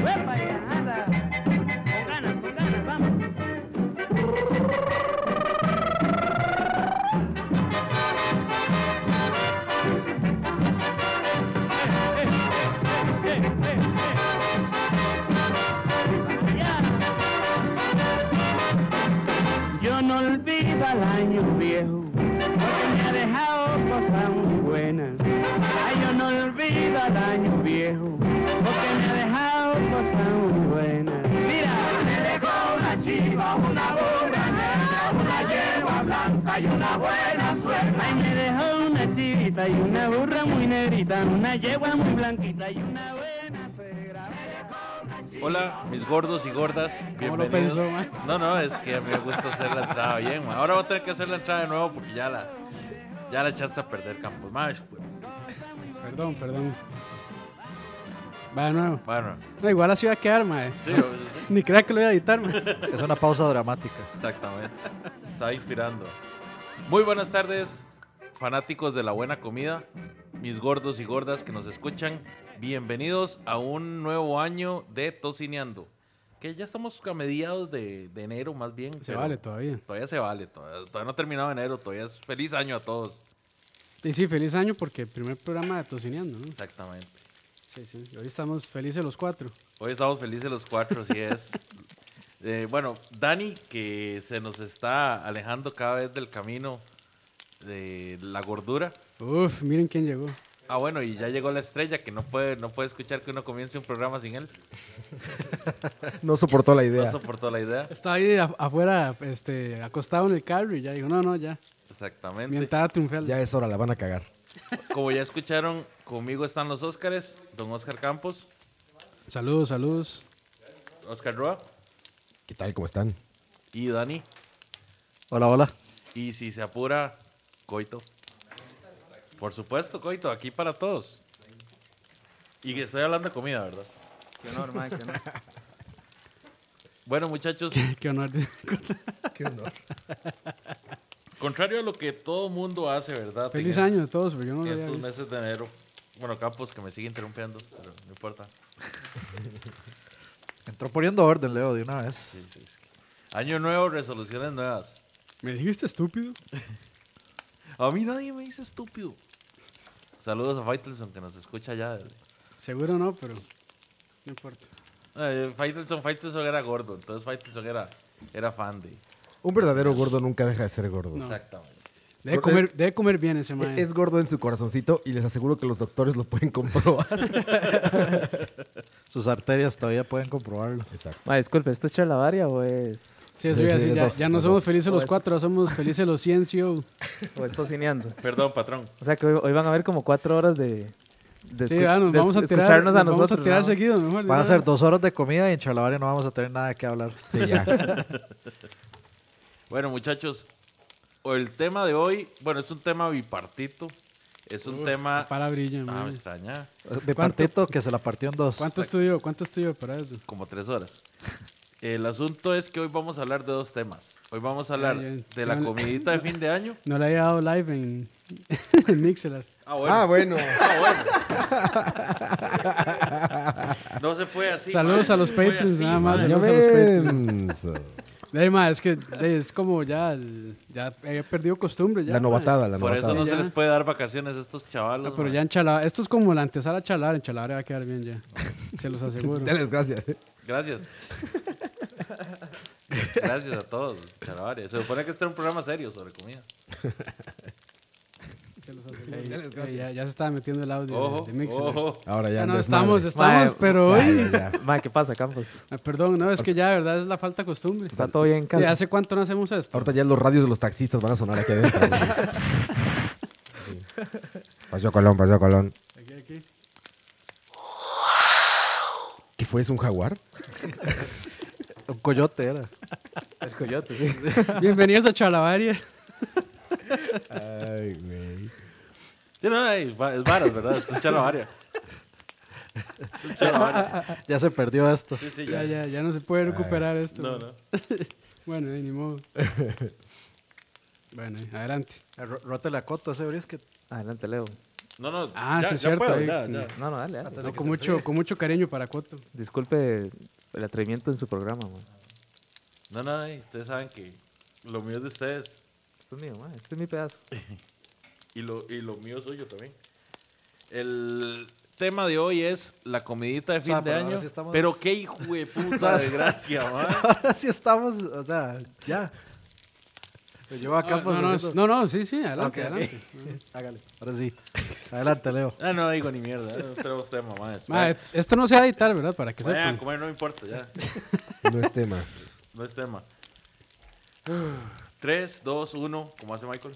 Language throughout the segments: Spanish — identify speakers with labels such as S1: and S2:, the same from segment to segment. S1: ¡Epa, ya, anda! Con ganas, con ganas, vamos. Eh, eh, eh, eh, eh, eh. Ya. Yo no olvido al año viejo, porque me ha dejado cosas muy buenas. Ay, yo no olvido al año viejo, porque me ha dejado cosas muy buenas. Mira, me dejó una chiva, una burra negra, una yegua blanca y una buena suegra. Ay, me dejó una chivita y una burra muy negrita, una yegua muy blanquita y una buena suegra. Me dejó una chiva.
S2: Hola, mis gordos y gordas,
S3: lo
S2: bienvenidos.
S3: pensó, man?
S2: no, no, es que me gusta hacer la entrada bien, man. Ahora voy a tener que hacer la entrada de nuevo porque ya la, ya la echaste a perder, Campos. Más, pues,
S3: Perdón, perdón. Va de nuevo.
S2: bueno,
S3: No, igual así va a quedar, mae.
S2: sí, o- sí,
S3: Ni crea que lo voy a editar, mae.
S4: Es una pausa dramática.
S2: exactamente. Estaba inspirando. Muy buenas tardes, fanáticos de la buena comida, mis gordos y gordas que nos escuchan. Bienvenidos a un nuevo año de Tocineando. Que ya estamos a mediados de, de enero, más bien.
S3: Se
S2: pero-
S3: vale todavía.
S2: Todavía se vale, todavía, todavía no ha terminado enero, todavía es feliz año a todos.
S3: Y sí, feliz año porque primer programa de Tocineando, ¿no?
S2: Exactamente.
S3: Sí, sí. Y hoy estamos felices los cuatro.
S2: Hoy estamos felices los cuatro, así es. Eh, bueno, Dani, que se nos está alejando cada vez del camino de la gordura.
S3: Uf, miren quién llegó.
S2: Ah, bueno, y ya llegó la estrella, que no puede, no puede escuchar que uno comience un programa sin él.
S4: No soportó la
S2: No
S4: idea.
S2: soportó la idea.
S3: Estaba ahí af- afuera, este, acostado en el carro y ya digo, no, no, ya. Mi
S2: Exactamente.
S3: entrada triunfal.
S4: Ya es hora, la van a cagar.
S2: Como ya escucharon, conmigo están los Óscares, don Óscar Campos,
S3: Saludos, saludos.
S2: Óscar Roa
S5: ¿Qué tal? ¿Cómo están?
S2: y Dani.
S4: Hola, hola.
S2: Y si se apura, Coito. Por supuesto, Coito, aquí para todos. Y que estoy hablando de comida, ¿verdad?
S6: Qué honor, man, qué honor.
S2: Bueno, muchachos,
S3: Qué honor.
S4: Qué honor.
S2: contrario a lo que todo mundo hace, ¿verdad?
S3: feliz
S2: En-
S3: año a todos, pero yo no lo
S2: En
S3: había
S2: estos
S3: visto.
S2: meses de enero. Bueno, Campos, que me sigue interrumpiendo, pero no importa.
S4: Entró poniendo orden, Leo, de una vez.
S2: Sí, sí, sí. Año nuevo, resoluciones nuevas.
S3: ¿Me dijiste estúpido?
S2: A mí nadie me dice estúpido. Saludos a Faitelson, que nos escucha allá.
S3: Seguro no, pero no importa.
S2: Eh, Faitelson, Faitelson era gordo, entonces Faitelson era, era fan de...
S7: Un verdadero gordo nunca deja de ser gordo.
S3: No.
S2: Exactamente.
S3: Debe
S7: Eh,
S3: comer, debe comer bien
S2: e-,
S3: ese mae.
S7: Es gordo en su corazoncito y les aseguro que los doctores lo pueden comprobar.
S4: Sus arterias todavía pueden comprobarlo.
S7: Exacto.
S6: Ma, disculpe, ¿esto es charlavaria o es,
S3: Sí, eso
S7: Sí,
S3: iba a
S7: sí,
S3: decir,
S7: es
S3: ya,
S7: dos,
S3: ya no
S7: es
S3: somos
S7: dos.
S3: felices los
S6: Pues-
S3: cuatro, somos felices los 100 CEO.
S6: o es tocineando?
S2: Perdón, patrón.
S6: O sea que hoy, hoy van a haber como cuatro horas de, de
S3: Sí,
S6: escu-
S3: ah, nos
S6: de
S3: vamos a
S6: es-
S3: tirar,
S6: escucharnos a
S3: nos
S6: nosotros.
S3: vamos a tirar
S6: ¿no?
S3: seguido, mejor.
S4: Van a
S3: ya.
S4: ser dos horas de comida y en Charlavaria no vamos a tener nada que hablar.
S7: Sí, ya.
S2: Bueno, muchachos, el tema de hoy, bueno, es un tema bipartito. Es un tema.
S3: Palabrilla,
S2: Ah,
S3: mae.
S2: me extraña.
S4: De partito que se la partió en dos.
S3: ¿Cuánto estudió? ¿Cuánto estudió para eso?
S2: Como tres horas. El asunto es que hoy vamos a hablar de dos temas. Hoy vamos a hablar
S3: Ya, ya.
S2: de la
S3: Ya.
S2: comidita de fin de año.
S3: No le había dado live en, en Mixelar.
S2: Ah, bueno.
S7: Ah, bueno.
S2: No se fue así.
S3: Saludos
S2: madre,
S3: a los
S2: no se fue
S3: Patreons,
S2: así,
S3: nada más.
S2: madre.
S7: Pues Ya
S3: Saludos a los
S7: ven.
S3: De ahí, mae, es que de- es como ya, el- ya he perdido costumbre.
S7: La
S3: Ya, mae.
S7: novatada, la
S2: Por eso
S7: novatada.
S2: no
S3: Sí,
S2: se
S3: ya.
S2: les puede dar vacaciones a estos chavalos.
S3: Ah, pero
S2: madre.
S3: ya en Chalá, esto es como la antesala a Chalar, en Chalar va a quedar bien ya. Se los aseguro.
S7: Dale las gracias.
S2: Gracias. Gracias a todos, Charavaria. Se supone que este era un programa serio sobre comida.
S3: se los aseguro. Ey, ya, ya se estaba metiendo el audio de-
S2: Ojo,
S3: de, Mixer.
S2: ojo.
S7: Ahora ya
S3: Ya no,
S7: andas
S3: estamos,
S7: madre.
S3: estamos,
S6: Mae,
S3: pero hoy.
S6: Mae, ¿qué pasa, Campos?
S3: Ah, Perdón, no, es que ya de verdad es la falta de costumbre.
S6: Está todo bien en
S3: ¿Y
S6: casa.
S3: hace cuánto no hacemos esto?
S7: Ahorita ya los radios de los taxistas van a sonar aquí adentro. Sí. Pasó Colón, pasó Colón.
S3: Aquí, aquí.
S7: ¿Qué fue? ¿Es un jaguar?
S4: Un coyote era.
S6: El coyote, sí.
S3: Bienvenidos a Chalabaria.
S7: Ay, güey.
S2: Sí, no, es va- es varas, ¿verdad? Es un chalabaria. Es un chalabaria.
S4: Ya se perdió esto.
S2: Sí, sí,
S3: Ya,
S2: ya.
S3: ya, ya no se puede recuperar esto.
S2: No,
S3: güey.
S2: no.
S3: Bueno, ahí, ni modo. bueno, ahí, adelante.
S4: Ro- Eh, Rótele a Coto ese brisket.
S6: Adelante, Leo.
S2: No, no.
S3: Ah,
S2: ya,
S3: sí, es
S2: ya
S3: cierto,
S2: puedo,
S3: ahí.
S2: ya, ya.
S6: No, no, dale, dale.
S3: No, con, mucho, con mucho cariño para Coto.
S6: Disculpe el atrevimiento en su programa, man.
S2: No, no, ahí, ustedes saben que lo mío es de ustedes
S6: Esto es mío, man. Este es mi pedazo.
S2: y lo, y lo mío es suyo también. El tema de hoy es la comidita de fin
S4: sea,
S2: de
S4: pero ahora
S2: año.
S4: sí estamos-
S2: Pero qué hijo de puta desgracia, man.
S4: Ahora sí estamos, o sea, ya. Lo llevo a
S3: No,
S4: Campos.
S3: Ah, no, no,
S4: haciendo-
S3: no, no, sí, sí, adelante,
S4: pues, Ok, ok.
S3: adelante.
S4: Hágale. Ahora sí. Adelante, Leo.
S2: Ah, no digo ni mierda. eh, No tenemos tema, man.
S3: Ma, esto no se va a editar, ¿verdad? Para que
S2: Vayan a
S3: sepan.
S2: comer, no me importa, ya.
S7: No es tema.
S2: No es tema. 3, 2, 1, como hace Michael.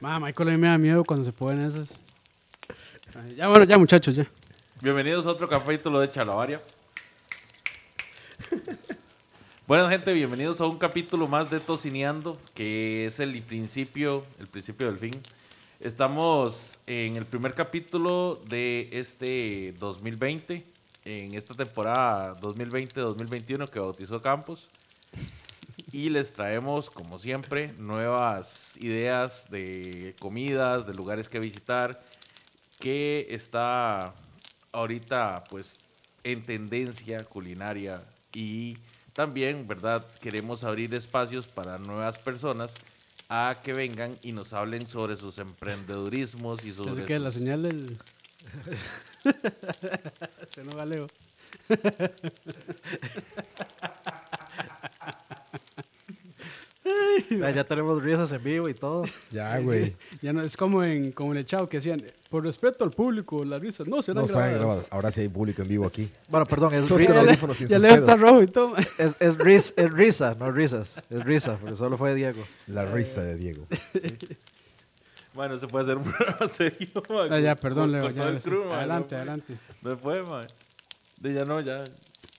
S3: Ma, Michael a mí me da miedo cuando se ponen esas. Ay, Ya, bueno, ya, muchachos, ya.
S2: Bienvenidos a otro capítulo de Chalabaria. Bueno, gente, bienvenidos a un capítulo más de Tocineando, que es el principio, el principio del fin. Estamos en el primer capítulo de este 2020, en esta temporada 2020-2021 que bautizó Campos. Y les traemos, como siempre, nuevas ideas de comidas, de lugares que visitar, que está ahorita pues en tendencia culinaria y también, ¿verdad? Queremos abrir espacios para nuevas personas a que vengan y nos hablen sobre sus emprendedurismos y sobre
S3: Así que
S2: sus-
S3: la señal del. se no galeo.
S4: Ya, ya tenemos risas en vivo y todo.
S7: Ya, güey.
S3: Ya no, es como en, como en el chavo que decían, por respeto al público, las risas no serán
S7: No saben
S3: grabadas".
S7: grabadas. Ahora sí hay público en vivo aquí.
S4: Bueno, perdón, es,
S7: Todos
S4: ri-
S7: con
S4: es,
S7: audífonos y en
S3: Ya
S7: sus
S3: Leo está
S7: pedos.
S3: rojo y todo. ma.
S4: es ris- es risa, no risas. Es risa, porque solo fue Diego.
S7: La risa de Diego.
S2: Bueno, se puede hacer un programa serio, man,
S3: Ah, ya,
S2: con-
S3: perdón,
S2: con-
S3: Leo.
S2: con
S3: ya,
S2: todo el
S3: les-
S2: crew, man,
S3: adelante,
S2: no,
S3: adelante.
S2: No fue, man. De ya no, ya,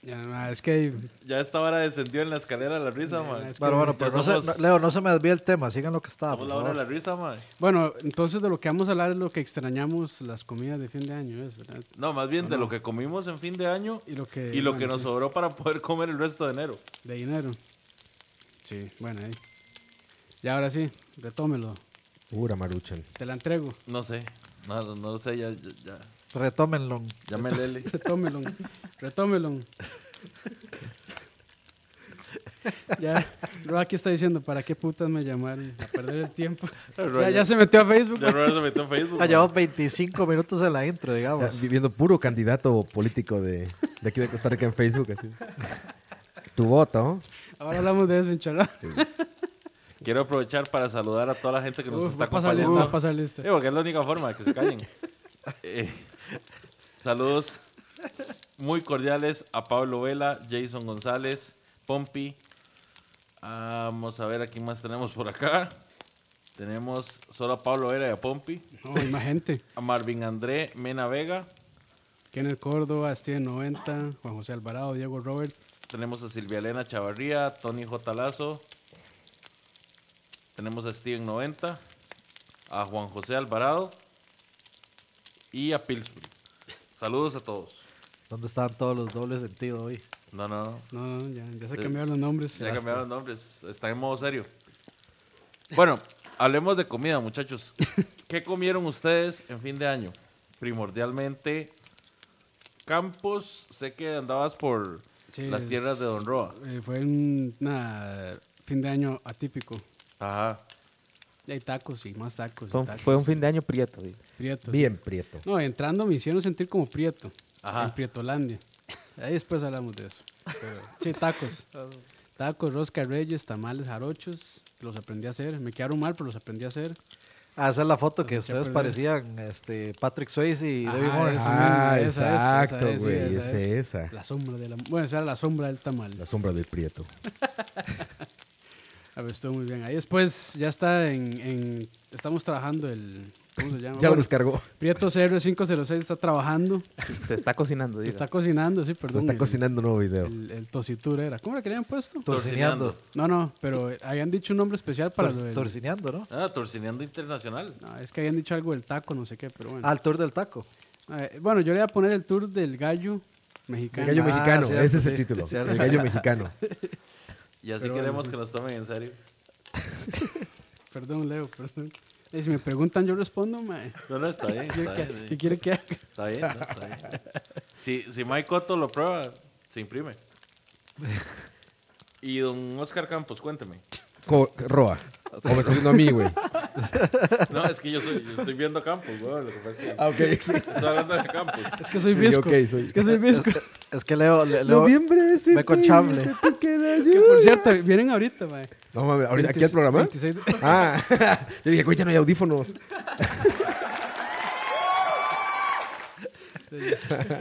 S3: Ya, ma, es que.
S2: ya esta vara descendió en la escalera de la risa, man.
S3: es que-
S4: Bueno, bueno, pero
S2: Ya
S4: no se,
S2: somos-
S4: no- Leo, no se me desvíe el tema, sigan lo que estaba.
S2: Estamos la
S4: por
S2: hora de
S4: favor.
S2: la risa, man.
S3: Bueno, entonces de lo que vamos a hablar es lo que extrañamos las comidas de fin de año, es verdad.
S2: No, más bien de lo que comimos en fin de año
S3: Y lo que,
S2: y lo que
S3: bueno,
S2: nos
S3: sí,
S2: sobró para poder comer el resto de enero.
S3: De dinero. Sí, bueno, ahí. Y ahora sí, retómelo.
S7: Pura maruchan.
S3: Te la entrego.
S2: No sé, no, no- no sé, ya, ya, ya,
S4: Retómenlo.
S2: ya me lele.
S3: Retómelo. Retómelo. Ya, Rocky está diciendo, ¿para qué putas me llamaron? A perder el tiempo. Ya, ya se metió a Facebook.
S2: Ya Roberto se metió en Facebook.
S4: Ah,
S2: man.
S4: llevamos 25 minutos en la intro, digamos.
S7: Viviendo puro candidato político de, de aquí de Costa Rica en Facebook. Así. Tu voto.
S3: Ahora hablamos de eso, inchalá.
S2: Quiero aprovechar para saludar a toda la gente que nos
S3: Uf,
S2: está
S3: Va a pasar
S2: acompañando.
S3: lista, va a pasar lista.
S2: Sí, porque es la única forma de que se callen. Eh, saludos muy cordiales a Pablo Vela, Jason González, Pompi. Vamos a ver a quién más tenemos por acá. Tenemos solo a Pablo Vela y a Pompi.
S3: No, hay más gente.
S2: A Marvin André Mena Vega.
S3: Kenneth Córdoba, Steven 90, Juan José Alvarado, Diego Robert.
S2: Tenemos a Silvia Elena Chavarría, Tony J. Lazo. Tenemos a Steven 90. A Juan José Alvarado. Y a Pillsbury. Saludos a todos.
S4: ¿Dónde estaban todos los dobles sentidos hoy?
S2: No, no, no.
S3: No, no, ya, ya se
S2: Sí.
S3: cambiaron los nombres.
S2: Ya cambiaron los nombres. Está en modo serio. Bueno, hablemos de comida, muchachos. ¿Qué comieron ustedes en fin de año? Primordialmente, Campos, sé que andabas por
S3: Sí,
S2: las tierras de Don Roa.
S3: Eh, fue un una, fin de año atípico.
S2: Ajá.
S3: Y hay tacos y más tacos. y
S6: Fue un,
S3: tacos.
S6: fue un fin de año prieto, digo.
S3: Prietos.
S7: Bien, Prieto.
S3: No, entrando me hicieron sentir como prieto.
S2: Ajá.
S3: En Prietolandia. Ahí después hablamos de eso. Pero, sí, tacos. Tacos, rosca de reyes, tamales, jarochos. Los aprendí a hacer. Me quedaron mal, pero los aprendí a hacer.
S4: Ah, esa es la foto
S7: Pues
S4: que ustedes parecían, este, Patrick Swayze y David
S3: Ah,
S4: Morris.
S3: esa
S7: Ah,
S3: misma, esa es, esa
S7: exacto,
S3: es, sí,
S7: güey.
S3: esa
S7: Esa
S3: es.
S7: es esa.
S3: La sombra de la... Bueno, esa era la sombra del tamal.
S7: La sombra del Prieto.
S3: A ver, estuvo muy bien. Ahí después ya está en... en- estamos trabajando el... ¿Cómo se llama?
S7: Ya lo
S3: Bueno,
S7: descargó.
S3: Prieto CR506 está trabajando.
S6: Se, se está cocinando,
S3: Se
S6: diga.
S3: está cocinando, sí, perdón.
S7: Se está
S3: el-
S7: cocinando un nuevo video.
S3: El, el tositura era. ¿Cómo le querían puesto?
S4: Torcineando.
S3: No, no, pero eh, habían dicho un nombre especial para lo del-
S4: Tor- Torcineando, ¿no?
S2: Ah, torcineando internacional.
S3: No, es que habían dicho algo del taco, no sé qué, pero bueno.
S4: Ah, el tour del taco.
S3: Eh, bueno, yo le voy a poner el tour del gallo mexicano.
S7: El gallo
S4: Ah,
S7: mexicano,
S4: cierto,
S7: ese es el
S4: sí,
S7: título.
S4: cierto.
S7: El gallo mexicano.
S2: Y así
S3: Pero bueno,
S2: queremos
S3: sí.
S2: que nos tomen en serio.
S3: Perdón, Leo, perdón. Eh, si me preguntan, yo respondo, mae.
S2: No, no, está bien. Está
S3: ¿Qué,
S2: bien, sí.
S3: qué quiere que haga?
S2: Está bien, ¿no? Está bien. Si, si Mike Cotto lo prueba, se imprime. Y don Oscar Campos, cuénteme.
S7: Co- Roa. O me saliendo a mí, güey.
S2: No, es que yo, soy, yo estoy viendo a Campos, güey. Lo que pasa es que
S7: Ah, ok.
S2: estoy hablando de Campos.
S3: Es que soy
S7: Sí,
S3: visco.
S7: ok, soy-
S3: Es que soy visco.
S4: Es que Leo, le- Leo
S7: es
S4: Ve con Chable.
S3: que por cierto, vienen ahorita, mae.
S7: No mames, ahorita aquí al programa.
S3: 26 de-
S7: Ah, yo dije, güey, ya no hay audífonos.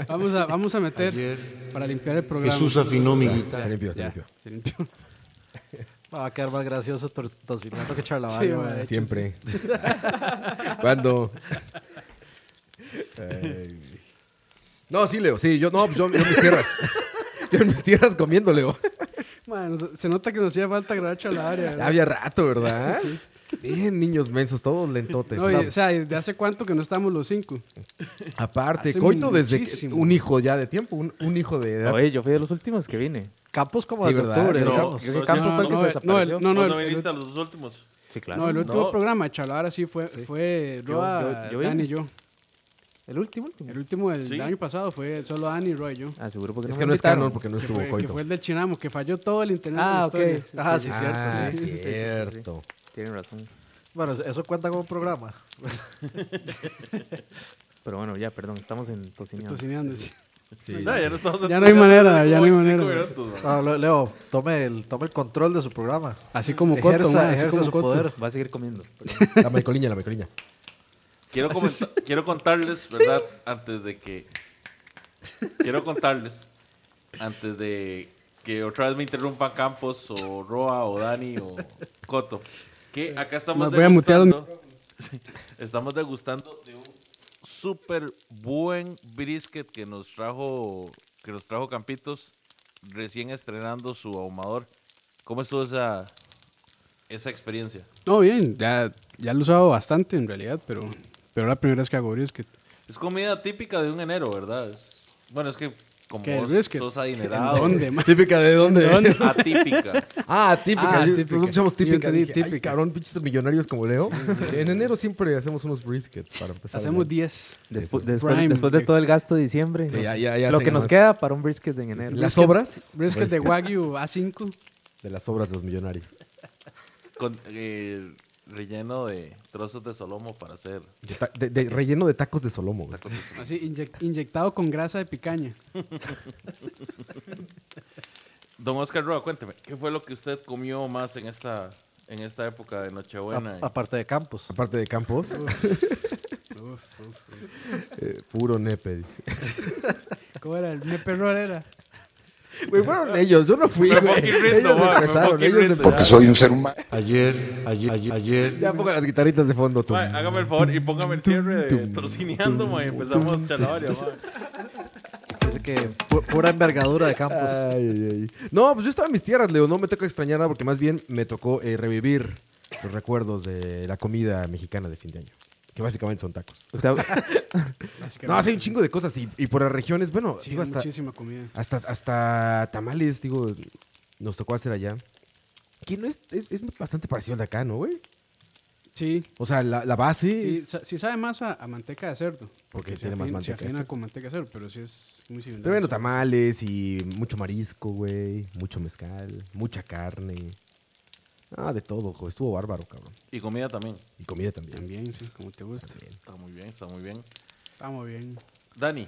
S3: Vamos a, vamos a meter para limpiar el programa.
S8: Jesús afinó mi guitarra.
S7: Se limpió, se
S3: Ya,
S7: limpió.
S3: se limpió.
S4: va a quedar más gracioso tor- torcineando que
S3: Sí,
S4: charlavario.
S3: mae.
S4: mae.
S7: Siempre. Cuando. Ay, güey. No, sí, Leo, sí, yo no, yo, yo en mis tierras. Yo en mis tierras comiendo, Leo.
S3: Mae, nos- se nota que nos hacía falta grabar chalabaria.
S7: Ya
S3: ¿verdad?
S7: había rato, ¿verdad? Bien, niños mensos, todos lentotes.
S3: No, y,
S7: Nada.
S3: o sea, ¿de hace cuánto que no estamos los cinco?
S7: Aparte,
S3: hace
S7: coito desde que-
S3: muchísimo.
S7: un hijo ya de tiempo, un, un hijo de edad.
S6: Oye, yo fui de los últimos que vine.
S4: Campos como
S7: Sí,
S4: de
S7: ¿verdad?
S4: octubre,
S7: Pero-
S4: digamos.
S6: Yo
S2: No,
S6: que Campos
S3: no,
S6: fue el que
S3: no,
S6: se
S3: el- no, el-
S6: desapareció.
S3: no,
S2: No,
S3: no,
S2: no
S3: el-
S2: viniste a los dos últimos.
S6: Sí,
S3: No, el último
S2: No.
S3: programa de Chalabaria sí fue, fue
S6: Yo-
S3: Roa,
S6: yo- yo vi.
S3: Dan y yo.
S6: El último, último.
S3: El último del
S2: Sí.
S3: año pasado fue solo Dan y Roa y yo.
S6: Ah, seguro porque
S7: Es
S6: no
S7: que
S6: me
S7: no es
S6: invitaron.
S7: canon porque no
S3: que,
S7: estuvo
S3: fue, que
S7: coito.
S3: fue el del Chinamo, que falló todo el internet. de la
S6: Ah, ok.
S3: historia.
S6: Sí,
S4: Ah, sí,
S6: sí, sí.
S4: cierto.
S7: Ah,
S4: sí.
S6: sí, sí, sí, sí.
S7: cierto.
S6: Tienen razón.
S4: Bueno, eso cuenta como programa.
S6: Pero bueno, ya, perdón, estamos en tocineando.
S3: Tocineando, sí.
S7: Sí,
S2: No, ya no estamos
S3: Ya no hay manera, ya no hay
S2: como
S3: manera.
S2: 25 minutos, güey.
S4: Ah, Leo- Leo, tome el, tome el control de su programa.
S3: Así como Coto,
S4: Ejerza,
S3: mae, así
S4: ejerza
S3: como
S4: su
S3: Coto.
S4: poder.
S6: Va a seguir comiendo. perdón.
S7: La maicoliña, la maicoliña.
S2: Quiero, comenta- quiero contarles, ¿verdad? Antes de que. Quiero contarles. Antes de que otra vez me interrumpan Campos o Roa o Dani o Coto. Que acá estamos
S3: Los voy a mutear los
S2: degustando. Sí, estamos degustando de un súper buen brisket que nos trajo. Que nos trajo Campitos. Recién estrenando su ahumador. ¿Cómo estuvo esa, esa experiencia?
S3: No, bien, ya, ya lo he usado bastante en realidad, pero, pero la primera vez que hago brisket.
S2: Es comida típica de un enero, ¿verdad? Es- bueno, es que como
S3: ¿Qué, el
S2: vos
S3: brisket?
S2: sos
S3: ¿En
S2: adinerado.
S3: dónde, mae?
S7: ¿Típica de dónde?
S2: Atípica.
S7: Ah, típica. yo-
S3: Ah, típica.
S7: Nosotros escuchamos
S3: Yo
S7: típica.
S3: entendí
S7: dije, "Ay,
S3: típica".
S7: cabrón, pinches millonarios como Leo. en enero siempre hacemos unos briskets para empezar.
S3: Hacemos
S7: el-
S3: 10.
S6: Despu-
S7: sí.
S6: después,
S3: Prime,
S6: después de
S3: eh.
S6: todo el gasto de diciembre,
S7: Sí,
S6: nos-
S7: ya- ya- ya
S6: lo
S7: se
S6: que nos
S7: nomás.
S6: queda para un brisket en enero.
S7: Las obras.
S3: Brisket
S7: Pues,
S3: de Wagyu A5.
S7: De las obras de los millonarios.
S2: Con eh, relleno de trozos de solomo para hacer.
S7: De, ta- de- de relleno de tacos de Solomo. güey.
S3: Así, inyec- inyectado con grasa de picaña.
S2: Don Oscar Roa, cuénteme, ¿qué fue lo que usted comió más en esta, en esta época de Nochebuena?
S4: A- aparte de Campos.
S7: Aparte de Campos. Eh, puro nepe. dice.
S3: ¿Cómo era? El perro era.
S7: Güey, fueron ellos. Yo no fui,
S2: Me
S7: güey.
S2: fucking rindo,
S7: Ellos
S2: güey, me
S7: empezaron.
S2: fucking
S7: Ellos
S2: rindo,
S7: empezaron.
S8: soy un ser humano. Ayer, ayer, ayer, ayer.
S7: Ya pongan las guitarritas de fondo tú.
S2: Mae, hágame el favor y póngame el cierre de Torcineando, mae. Empezamos chalabaria, mae.
S4: Dice que pu- pura envergadura de
S3: Pues,
S4: Campos.
S7: Ay, ay, ay. No, pues yo estaba en mis tierras, Leo. No me toca extrañar nada porque más bien me tocó eh, revivir los recuerdos de la comida mexicana de fin de año. Que básicamente son tacos.
S6: O sea,
S7: No, sí, hay un chingo de cosas. Y, y por las regiones, bueno,
S3: Sí,
S7: digo, hasta,
S3: muchísima comida.
S7: hasta, hasta tamales, digo, nos tocó hacer allá. Que no es, es, es bastante parecido al de acá, ¿no, güey?
S3: Sí,
S7: O sea, la, la base.
S3: sí,
S7: es-
S3: sa- sí sabe más a, a manteca de cerdo.
S7: Porque
S3: se
S7: tiene más
S3: afina-
S7: manteca
S3: Se
S7: de
S3: afina
S7: cerdo.
S3: con manteca de cerdo, pero sí es muy similar.
S7: Pero bueno,
S3: Sí.
S7: tamales y mucho marisco, güey. Mucho mezcal, mucha carne. Ah, de todo, güey. Estuvo bárbaro, cabrón.
S2: Y comida también.
S7: Y comida también.
S3: También, sí, como te gusta.
S2: Está muy bien, está muy bien.
S3: Estamos bien.
S2: Dani,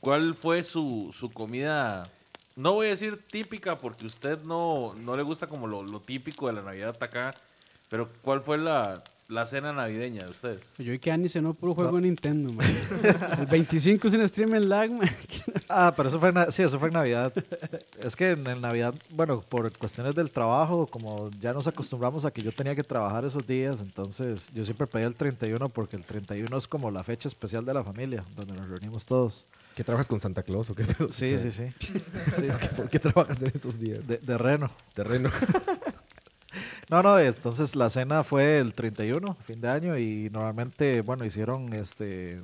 S2: ¿cuál fue su, su comida? No voy a decir típica porque usted no, no le gusta como lo, lo típico de la Navidad acá, pero ¿cuál fue la, la cena navideña de ustedes?
S3: Yo vi que Annie cenó puro juego de Nintendo, man. El 25 sin stream en lag, man.
S4: Ah, pero eso fue, en na- sí, eso fue en Navidad. Es que en el Navidad, bueno, por cuestiones del trabajo, como ya nos acostumbramos a que yo tenía que trabajar esos días, entonces yo siempre pedía el 31 porque el 31 es como la fecha especial de la familia, donde nos reunimos todos.
S7: ¿Que trabajas con Santa Claus o qué pedo?
S4: Sí, sí, sí. Sí,
S7: ¿Por qué trabajas en esos días?
S4: de, de reno.
S7: Terreno.
S4: No, no, entonces la cena fue el 31, fin de año, y normalmente, bueno, hicieron este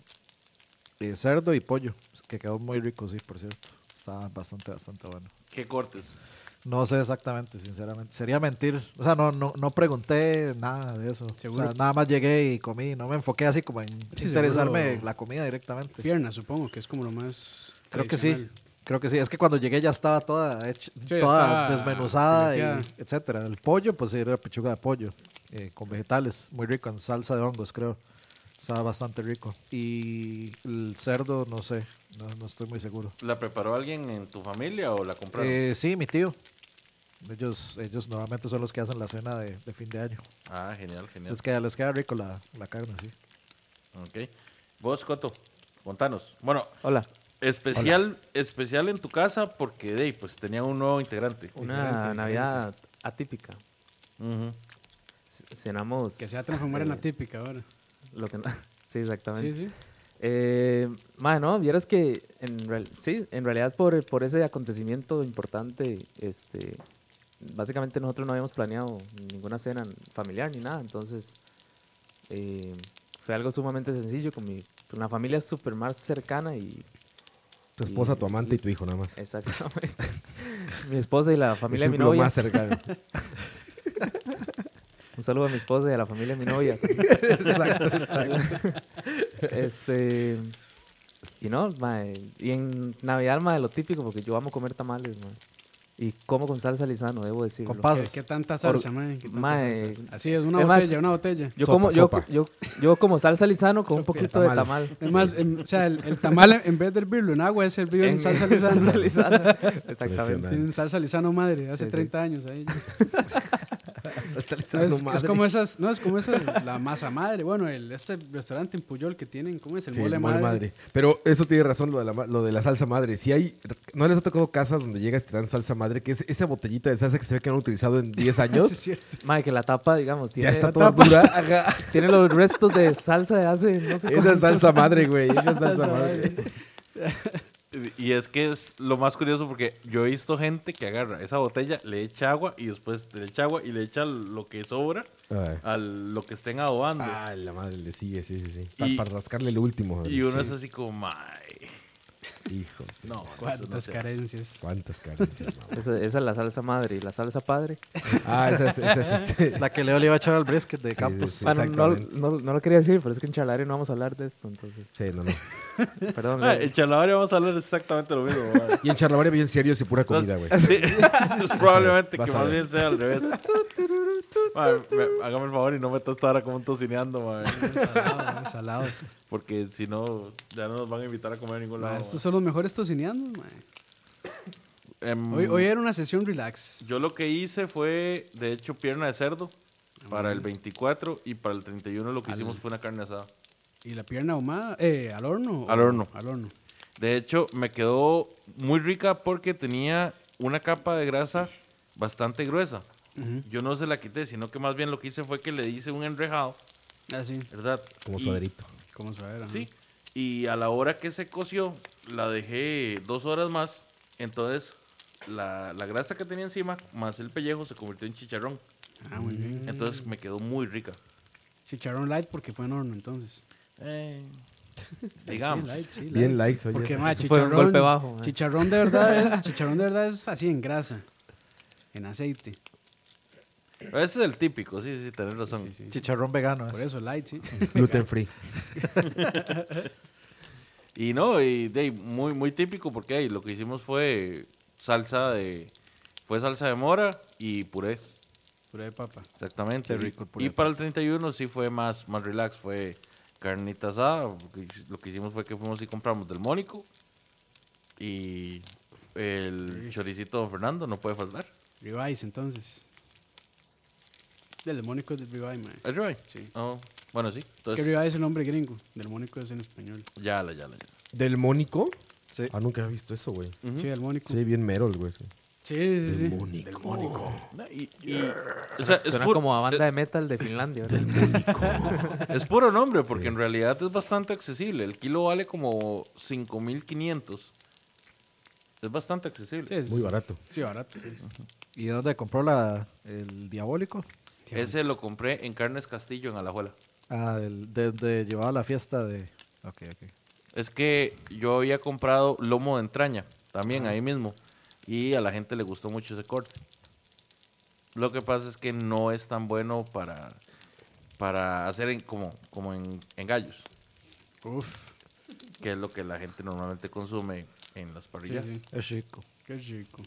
S4: eh, cerdo y pollo, que quedó muy rico, sí, por cierto. Estaba bastante, bastante bueno.
S2: ¿Qué cortes?
S4: No sé exactamente, sinceramente. Sería mentir. O sea, no, no, no pregunté nada de eso. O sea,
S3: Seguro.
S4: nada más llegué y comí. No me enfoqué así como en interesarme en la comida directamente.
S3: Pierna, supongo, que es como lo más.
S4: Creo que sí.
S3: tradicional.
S4: Creo que sí. Es que cuando llegué ya estaba toda hecha,
S3: Sí,
S4: toda
S3: estaba
S4: desmenuzada y
S3: fileteada.
S4: etcétera. El pollo, pues sí, era pechuga de pollo. eh, con vegetales, muy rico, en salsa de hongos, creo. Estaba bastante rico. Y el cerdo, no sé. No, no estoy muy seguro.
S2: ¿La preparó alguien en tu familia o la compraron?
S4: Eh, sí, mi tío. Ellos, ellos normalmente son los que hacen la cena de, de fin de año.
S2: ah, genial, genial.
S4: Les queda, les queda rico la, la carne, sí.
S2: Ok. Vos, Coto, contanos. Bueno,
S6: Hola.
S2: especial, especial en tu casa porque, de ahí, pues tenían un nuevo integrante.
S6: Una Navidad atípica.
S2: Ujú.
S6: C- Cenamos.
S3: Que se va a transformar en la típica ahora.
S6: Lo que, sí, exactamente.
S3: Sí, sí.
S6: Eh, mae, no, vieras que en, real- sí, en realidad por, por ese acontecimiento importante, este, básicamente nosotros no habíamos planeado ninguna cena familiar ni nada, entonces eh, fue algo sumamente sencillo con mi, con una familia súper más cercana y
S7: Tu esposa, tu
S6: Y
S7: amante y tu hijo nada más.
S6: exactamente mi esposa y la familia
S7: El
S6: de mi
S7: círculo
S6: novia.
S7: más cercano.
S6: Un saludo a mi esposa y a la familia de mi novia. Este. Y no, mae, Y en Navidad, mae, lo típico, porque yo amo comer tamales, mae. Y como con salsa lisano, debo decirlo.
S4: Con
S3: ¿Qué,
S4: pasos.
S3: qué tanta salsa,
S6: Or-
S3: man? ¿Qué tanta
S6: mae,
S3: salsa? Así es, una
S6: es más-
S3: botella, una botella.
S6: Yo,
S7: Sopa,
S6: como, yo,
S7: sopa.
S6: yo, yo como salsa lisano con un
S3: Sopa.
S6: poquito de
S7: Tamal.
S6: tamal.
S3: Es más, en- o sea, el, el tamal en- en vez de hervirlo en agua es hervido en, salsa lisano.
S6: Salsa lisano. Exactamente.
S3: Tienen salsa lisano madre, hace
S6: Sí, sí.
S3: 30 años ahí.
S7: Salsa Ah,
S3: No, es,
S7: nomás.
S3: es como esas, no, es como esas, la masa madre. Bueno, el, este restaurante en Puyol que tienen, ¿cómo es? El
S7: Sí,
S3: mole
S7: el mole
S3: madre.
S7: madre. Pero eso tiene razón lo de, la, ma- lo de la salsa madre. Si hay, ¿no les ha tocado casas donde llegas y te dan salsa madre? Que es esa botellita de salsa que se ve que no han utilizado en 10 años.
S3: Sí, es cierto.
S6: Mae, que la tapa, digamos, tiene,
S7: ya está
S6: la
S7: toda
S6: tapa
S7: dura.
S6: está-
S7: Ajá.
S6: tiene los restos de salsa de hace, no
S7: Esa
S6: sé
S7: es
S6: cuánto.
S7: salsa madre, güey. Esa es salsa madre.
S2: Y es que es lo más curioso porque yo he visto gente que agarra esa botella, le echa agua y después le echa agua y le echa lo que sobra
S7: Ay.
S2: a lo que estén adobando.
S7: Ay, la madre le sigue, sí, sí, sí. Pa-
S2: Y-
S7: para rascarle el último.
S2: y uno
S7: sí.
S2: es así como, "Mae,
S7: Hijos, sí.
S2: no, eso no
S3: Cuántas
S2: se hace".
S3: carencias.
S7: cuántas carencias, mamá.
S6: Esa, esa es la salsa madre. ¿Y la salsa padre?
S7: Ah, esa es, esa es este.
S4: La que Leo le iba a echar al brisket de Campos.
S7: Sí,
S6: Bueno, Ah, no,
S7: exactamente.
S6: no- no lo quería decir, pero es que en Charlare no vamos a hablar de esto, entonces.
S7: Sí, no, no.
S6: Perdón.
S2: Ah,
S6: Leo.
S2: en Chalabaria vamos a hablar exactamente lo mismo. mae.
S7: Y en Charlavaria bien serios y pura comida, güey.
S2: Sí, es probablemente
S7: Vas
S2: que
S7: a
S2: más
S7: ver.
S2: bien sea al revés. Mae, me- hágame el favor y no metas ahora como un tocineando, mae,
S3: Salado, eh, salado.
S2: porque si no, ya no nos van a invitar a comer a ningún
S3: Ma,
S2: lado.
S3: estos son los mejores tocineando. ma.
S2: mae. Em,
S3: Hoy, hoy era una sesión relax.
S2: Yo lo que hice fue, de hecho, pierna de cerdo para
S7: Mm.
S2: el 24 y para el 31 lo que hicimos fue una carne asada.
S3: ¿Y la pierna ahumada? Eh, ¿Al horno? o-
S2: Al horno.
S3: Al horno.
S2: De hecho, me quedó muy rica porque tenía una capa de grasa bastante gruesa. Yo no se la quité, sino que más bien lo que hice fue que le hice un enrejado,
S6: Ah,
S3: Así,
S2: ¿verdad?
S7: Como
S2: Y-
S7: suaderito.
S3: como suave. ajá.
S2: Sí. Y a la hora que se coció, la dejé dos horas más. Entonces, la, la grasa que tenía encima, más el pellejo, se convirtió en chicharrón.
S3: Ah, muy bien.
S2: Entonces,
S7: Mm.
S2: me quedó muy rica.
S3: Chicharrón light porque fue en horno entonces.
S2: Eh, digamos.
S3: Sí, light, sí, light.
S7: Bien likes, oye.
S3: Porque
S7: eso.
S3: ma,
S6: Eso fue un
S3: chicharrón,
S6: golpe bajo, ma.
S3: chicharrón de verdad es, chicharrón de verdad es así en grasa, en aceite.
S2: Ese es el típico, sí, sí, tenés razón.
S4: Chicharrón vegano. ¿eh? es.
S3: Por eso light, sí.
S7: Gluten free.
S2: Y no, y de ahí, muy, muy típico porque ahí lo que hicimos fue salsa de. Fue salsa de mora y puré,
S3: Puré de papa.
S2: exactamente.
S4: Qué rico el puré.
S2: Y para el 31 sí fue más, más relax, fue carnita asada. porque Lo que hicimos fue que fuimos y compramos del Mónico y el choricito don Fernando, no puede faltar.
S3: Ribeyes entonces. Del Mónico es del Ribeye, mae.
S2: ¿Es Roy?
S3: Sí.
S2: Oh, bueno, sí.
S3: Es que
S2: Entonces,
S3: Ribeye es el nombre gringo. Del Mónico es en español.
S2: ya la, ya la, ya la.
S7: ¿Del Mónico?
S4: Sí.
S7: Ah, nunca había visto eso, güey.
S3: Sí, del Mónico.
S7: Sí, bien Merol, güey. sí.
S3: Sí, sí, sí.
S7: Mónico.
S2: No, y- y- o sea, es
S6: eh. Suena
S2: puro-
S6: como a banda de metal de Finlandia. ¿verdad?
S2: Es puro nombre, porque en realidad es bastante accesible. El kilo vale como 5.500. Es bastante accesible.
S3: Sí, es-
S7: Muy barato.
S3: Sí, barato. sí.
S4: ¿Y dónde compró la, el diabólico?
S2: Ese lo compré en Carnes Castillo, en Alajuela.
S4: Ah, el, de, de llevaba la fiesta de. Ok, ok.
S2: Es que yo había comprado lomo de entraña, también ahí mismo. Y a la gente le gustó mucho ese corte. Lo que pasa es que no es tan bueno para, para hacer en- como, como en, en gallos,
S3: Uf,
S2: que es lo que la gente normalmente consume en las
S3: sí,
S2: parrillas.
S3: sí.
S4: Es chico.
S3: Qué rico.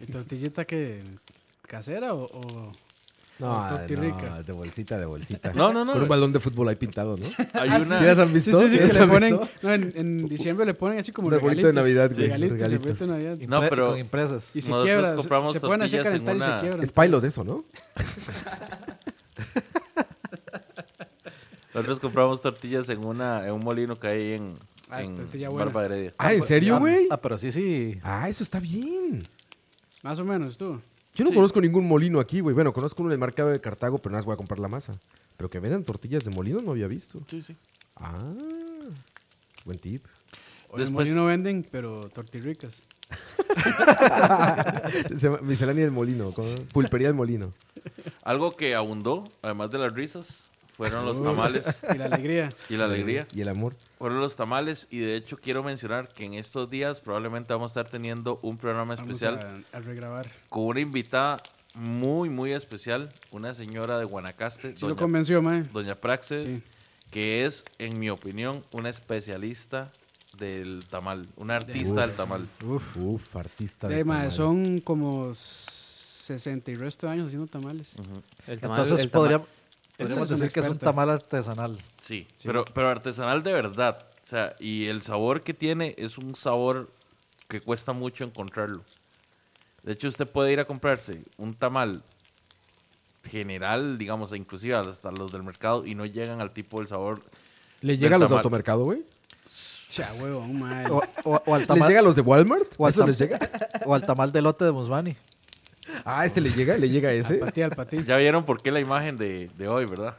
S3: ¿Y tortillita que casera o, o
S7: No,
S3: tortirrica?
S7: no, de bolsita, de bolsita.
S2: No, no, no.
S7: Con un balón de fútbol ahí pintado, ¿no? Ah, ¿Sí
S2: Hay una,
S7: las han
S3: Ah, Sí,
S7: visto?
S3: sí, sí, que
S7: las
S3: le
S7: han
S3: ponen.
S7: visto?
S3: No, en, en diciembre le ponen así como
S7: Un arbolito de
S3: regalitos.
S7: Navidad, güey,
S3: Regalitos,
S7: regalitos.
S3: arbolito de Navidad.
S2: No, pero-
S4: Con impresas.
S3: Y se
S2: Nosotros
S3: quiebra. se-
S2: compramos
S3: se pueden así
S2: tortillas en
S3: calentar y
S2: una-
S3: se quiebran.
S7: Es pilot eso, ¿no?
S2: Nosotros compramos tortillas en una en un molino que hay en,
S3: Ah,
S2: en
S3: tortilla buena.
S2: Barba Heredia.
S7: Ah, ¿en serio, güey?
S4: Ah, pero sí, sí.
S7: Ah, eso está bien.
S3: Más o menos, tú.
S7: Yo no
S2: Sí.
S7: conozco ningún molino aquí, güey. Bueno, conozco uno en el mercado de Cartago, pero no las voy a comprar la masa. Pero que vendan tortillas de molino no había visto.
S2: Sí, sí.
S7: Ah, buen tip.
S3: O en el
S2: Después-
S3: molino venden, pero tortirricas.
S7: Se llama Miscelánea del molino, ¿cómo? pulpería del molino.
S2: Algo que abundó, además de las risas, fueron los tamales
S3: Y la alegría.
S2: y la alegría.
S7: Y el amor.
S2: Fueron los tamales y de hecho quiero mencionar que en estos días probablemente vamos a estar teniendo un programa
S3: Vamos
S2: especial
S3: a, a regrabar.
S2: con una invitada muy, muy especial, una señora de Guanacaste,
S3: Sí lo
S2: doña,
S3: convenció, mae.
S2: doña Praxes,
S3: Sí.
S2: que es, en mi opinión, una especialista del tamal, una artista del tamal.
S7: Uf, uf, artista
S3: De,
S7: de
S3: mae,
S7: tamal.
S3: son como 60 y resto de años haciendo tamales.
S6: El tamal-
S4: Entonces
S6: el tamal-
S4: podría-
S3: Esa es
S4: podríamos
S3: una
S4: decir que es un
S3: experta.
S4: tamal artesanal.
S2: Sí, Pero, pero artesanal de verdad. O sea, y el sabor que tiene es un sabor que cuesta mucho encontrarlo. De hecho, usted puede ir a comprarse un tamal general, digamos, e inclusive hasta los del mercado, y no llegan al tipo del sabor.
S7: ¿Le llega a
S2: del
S7: los de
S2: tamal.
S7: automercado, güey?
S3: Cha, huevón, mae.
S2: Oh.
S4: O, o- o al
S7: ¿Les
S4: tamal,
S7: llega a los de Walmart?
S4: o al
S7: ¿Eso
S4: tam-
S7: les llega?
S4: o al tamal de lote de Musmani.
S7: Ah, este le llega, le llega
S3: Al
S7: ese.
S3: patí, al patí.
S2: Ya vieron por qué la imagen de, de hoy, ¿verdad?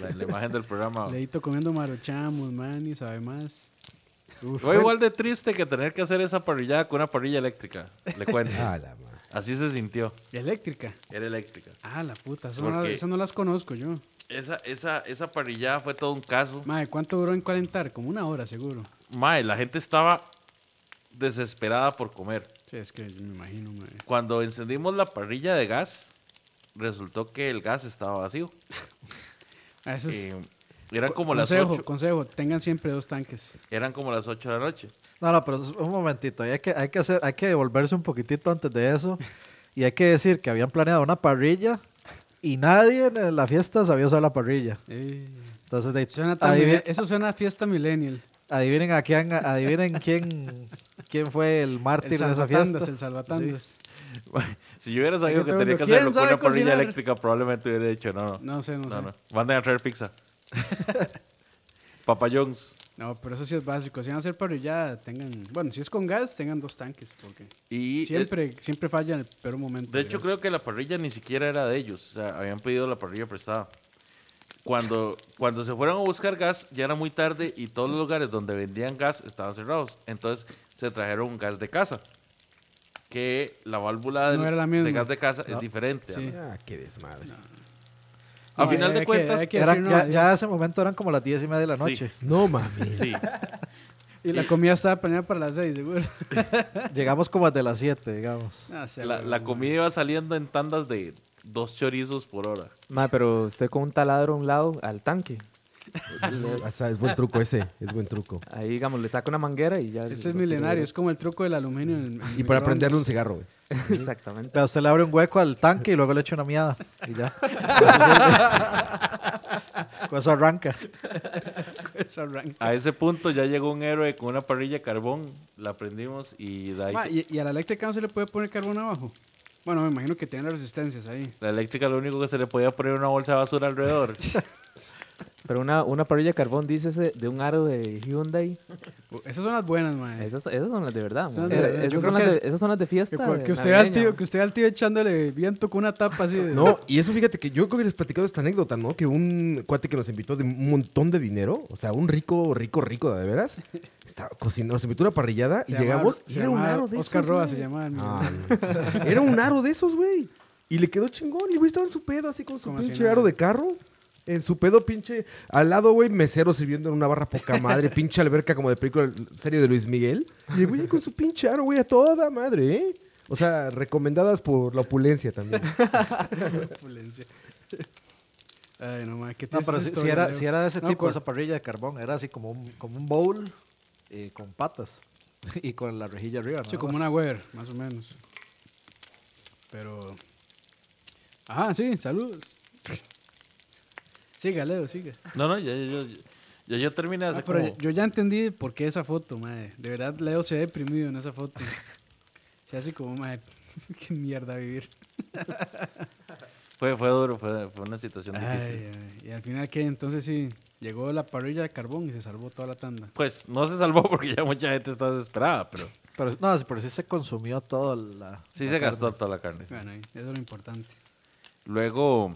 S2: La, la imagen del programa.
S3: Leito comiendo maruchamos, man, y sabe más.
S2: Fue igual de triste que tener que hacer esa parrillada con una parrilla eléctrica. Le cuento.
S7: Ah, la madre.
S2: Así se sintió.
S3: Eléctrica.
S2: Era eléctrica.
S3: Ah, la puta. Esas
S2: ¿Por
S3: no,
S2: qué?
S3: esas no las conozco yo.
S2: Esa, esa, esa parrillada fue todo un caso.
S3: Madre, ¿cuánto duró en calentar? Como una hora, seguro.
S2: Mae, la gente estaba desesperada por comer.
S3: Sí, es que yo me imagino, madre.
S2: Cuando encendimos la parrilla de gas, resultó que el gas estaba vacío.
S3: Ah, Eso es.
S2: Eh, eran como las
S3: consejo,
S2: 8.
S3: consejo. Tengan siempre dos tanques.
S2: Eran como las 8 de la noche.
S4: No, no, pero un momentito. Hay que, hay, que hacer, hay que devolverse un poquitito antes de eso. Y hay que decir que habían planeado una parrilla y nadie en la fiesta sabía usar la parrilla.
S3: Eh,
S4: Entonces, de,
S3: suena tan
S4: adivi-
S3: mile- eso suena a fiesta millennial.
S4: adivinen a quién, adivinen quién, quién fue el
S3: El
S4: mártir de esa fiesta.
S3: salvatandas, el salvatandas.
S2: si yo hubiera sabido
S3: Yo
S2: que
S3: tengo-
S2: tenía que
S3: ¿Quién
S2: hacerlo con
S3: sabe
S2: una parrilla
S3: cocinar?
S2: eléctrica, probablemente hubiera dicho, no, no,
S3: No sé, no,
S2: no,
S3: sé.
S2: no. Manden a traer pizza. Papa John's.
S3: No, pero eso sí es básico. Si van a hacer parrillada, tengan. Bueno, si es con gas, tengan dos tanques. Porque
S2: Y eh,
S3: siempre, siempre falla en el peor momento.
S2: De hecho, creo que la parrilla ni siquiera era de ellos. O sea, habían pedido la parrilla prestada. Cuando, cuando se fueron a buscar gas, ya era muy tarde y todos los lugares donde vendían gas estaban cerrados. Entonces se trajeron un gas de casa. Que la válvula del-
S3: No era
S2: de
S3: la misma.
S2: gas de casa es diferente.
S3: Sí.
S7: Ah, qué desmadre.
S2: A
S3: No,
S2: final
S3: hay
S2: de
S3: que-
S2: cuentas,
S3: hay que
S4: Era-
S3: decir, no,
S4: ya,
S3: hay-
S4: ya ese momento eran como las diez y media de la noche.
S7: No mames.
S2: sí.
S3: Y la comida estaba planeada para las 6, seguro.
S4: Llegamos como de las 7, digamos.
S3: Ah, sea
S2: La,
S3: huevón,
S2: la
S3: mae.
S2: comida iba saliendo en tandas de dos chorizos por hora.
S6: Ma, pero usted con un taladro a un lado al tanque.
S7: O sea, es buen truco ese, es buen truco.
S6: Ahí, digamos, le saca una manguera y ya.
S3: Este es milenario, es como el truco del aluminio. en el- en el
S7: Y para
S3: microondas.
S7: prenderle un cigarro, güey.
S6: Exactamente.
S4: Pero usted le abre un hueco al tanque y luego le echa una miada. Y ya. Con eso arranca.
S3: Eso arranca.
S2: A ese punto ya llegó un héroe con una parrilla de carbón, la prendimos y de ahí
S3: Ma,
S2: se-
S3: y, y a la eléctrica no se le puede poner carbón abajo. Bueno, me imagino que tienen las resistencias ahí.
S2: La eléctrica lo único que se le podía poner era una bolsa de basura alrededor.
S6: Pero una, una parrilla de carbón, dice ese, de un aro de Hyundai.
S3: Esas son las buenas, mae.
S6: Esas, esas son las de verdad.
S3: Son
S6: mae.
S3: las de-
S4: yo
S6: Eh, esas,
S4: creo
S6: son las
S4: que
S6: de, esas son las de
S3: Que,
S6: fiesta.
S3: cua- que usted
S6: navideña.
S3: al tío, que usted al tío echándole viento con una tapa así de...
S7: No, y eso fíjate que yo creo que les he platicado esta anécdota, ¿no? Que un cuate que nos invitó de un montón de dinero, o sea, un rico, rico, rico de veras, estaba cocinando, nos invitó a una parrillada
S3: se
S7: y
S3: llamaba-
S7: llegamos
S3: se
S7: y era un
S3: llamaba
S7: aro de
S3: Oscar
S7: esos.
S3: Roa
S7: güey.
S3: se llamaba. mi-
S7: Ah, no. Era un aro de esos, güey. Y le quedó chingón. Y el güey estaba en su pedo, así con su
S3: Como si
S7: pinche
S3: nada.
S7: aro de carro. En su pedo, pinche. Al lado, güey, mesero sirviendo en una barra poca madre. pinche alberca como de película serie de Luis Miguel. Y el güey con su pinche aro, güey, a toda madre, ¿eh? O sea, recomendadas por la opulencia también.
S3: opulencia. Ay, no, mae, qué
S4: No,
S3: triste
S4: pero si,
S3: historia,
S4: si era,
S3: Leo.
S4: si era de ese
S3: No,
S4: tipo,
S3: con-
S4: esa parrilla de carbón, era así como un, como un bowl eh, con patas y con la rejilla arriba.
S3: Sí,
S4: nada
S3: como
S4: más.
S3: una Weber, más o menos. Pero... Ajá, sí, saludos. Siga, Leo, siga.
S2: No, no, ya, ya, ya, ya yo terminé hace
S3: Ah, pero
S2: como-
S3: yo, yo ya entendí por qué esa foto, madre. De verdad, Leo se ha deprimido en esa foto. Se hace como, madre, qué mierda vivir.
S2: Fue, fue duro, fue, fue una situación difícil.
S3: Ay, ay, Y al final, ¿qué? Entonces sí, llegó la parrilla de carbón y se salvó toda la tanda.
S2: Pues no se salvó porque ya mucha gente está desesperada, pero
S4: Pero, no, pero sí se consumió toda la.
S2: sí
S4: la
S2: se
S4: carne.
S2: gastó toda la carne. sí.
S3: Bueno, ahí, eso es lo importante.
S2: Luego,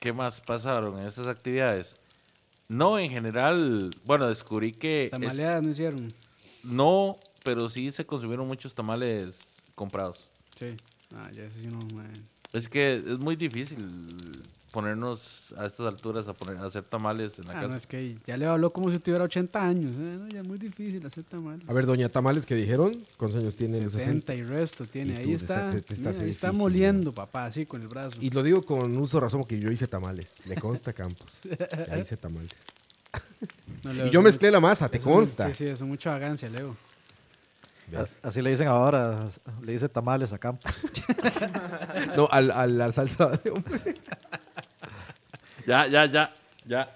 S2: ¿qué más pasaron en esas actividades? No, en general, bueno, descubrí que Eh, es-
S3: Tamaleadas no hicieron.
S2: no, pero sí se consumieron muchos tamales comprados.
S3: Sí. Ah, ya eso sí no, madre.
S2: Es que es muy difícil ponernos a estas alturas a, poner, a hacer tamales en la
S3: Ah,
S2: casa.
S3: no, es que ya le habló como si tuviera 80 años. eh, no, ya es muy difícil hacer tamales.
S7: A ver, doña Tamales, ¿qué dijeron? ¿Cuántos años Ah, tiene? Los 60.
S3: 70 y resto tiene.
S7: Y tú
S3: ahí
S7: te
S3: está.
S7: está- te- te está
S3: mira, ahí está
S7: difícil,
S3: moliendo, papá, así con el brazo.
S7: Y lo digo con uso de razón porque yo hice tamales. Le consta, Campos. Ya hice tamales.
S3: No, Leo,
S7: Y
S3: eso
S7: yo
S3: es
S7: mezclé
S3: muy-
S7: la masa, te
S3: eso es muy-
S7: consta.
S3: Sí, sí, eso es mucha vagancia, Leo.
S7: ¿Ves?
S4: Así le dicen ahora, le dice tamales a campo.
S7: No, al, a la salsa de hombre.
S2: Ya, ya, ya, ya.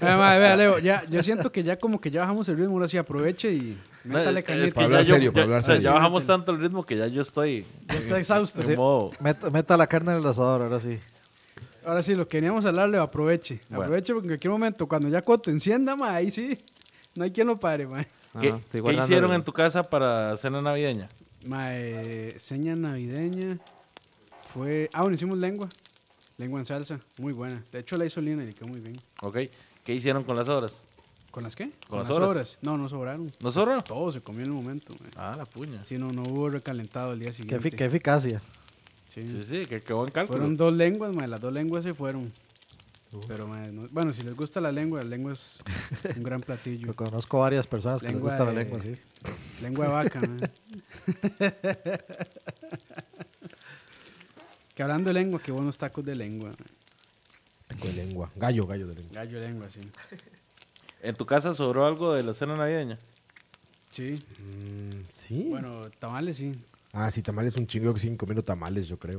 S3: Ah, madre, vea, Leo, ya, yo siento que ya como que ya bajamos el ritmo, ahora sí aproveche y
S2: No,
S3: métale
S2: es-
S3: cañita.
S2: Eh, es que
S7: Para
S2: ya
S7: hablar
S2: yo-
S7: serio, para
S2: ya-
S7: hablar
S2: o sea,
S7: serio.
S2: Ya bajamos tanto el ritmo que ya yo estoy
S3: Ya está exhausto.
S2: en modo-
S4: Meta, meta la carne en el asador, ahora sí.
S3: Ahora sí, lo que queríamos hablar, Leo, aproveche.
S2: Bueno.
S3: Aproveche porque en cualquier momento, cuando ya Coto encienda, ma, ahí sí, no hay quien lo pare, ma.
S6: Ajá,
S2: ¿Qué,
S6: estoy
S2: qué
S6: guardando
S2: hicieron
S6: el-
S2: en tu casa para cena navideña?
S3: Ma, eh, seña navideña fue... Ah, bueno, hicimos lengua. Lengua en salsa, muy buena. De hecho, la hizo Lina y le quedó muy bien.
S2: ¿Ok? ¿Qué hicieron con las obras?
S3: ¿Con las qué?
S2: Con las sobras.
S3: No, no sobraron.
S2: ¿No sobró?
S3: Todo se comió en el momento, ma.
S2: Ah, la puña. Sí,
S3: Sí, no, no hubo recalentado el día
S4: Qué,
S3: siguiente.
S4: efi- qué eficacia.
S3: Sí.
S2: sí, que, que buen cálculo.
S3: Fueron dos lenguas, mae, las dos lenguas se fueron. Pero, mae, no- bueno, si les gusta la lengua, la lengua es un gran platillo.
S4: Yo conozco varias personas que les
S3: Lengua
S4: gusta la
S3: de-
S4: lengua, sí.
S3: lengua de vaca, mae. que hablando de lengua, qué buenos tacos de lengua. mae.
S7: Con lengua. Gallo, gallo de lengua.
S3: Gallo de lengua, sí.
S2: ¿En tu casa sobró algo de la cena navideña?
S3: Sí,
S7: Mm, sí.
S3: bueno, tamales sí.
S7: Ah, sí, tamales un chingo que siguen comiendo tamales, yo creo.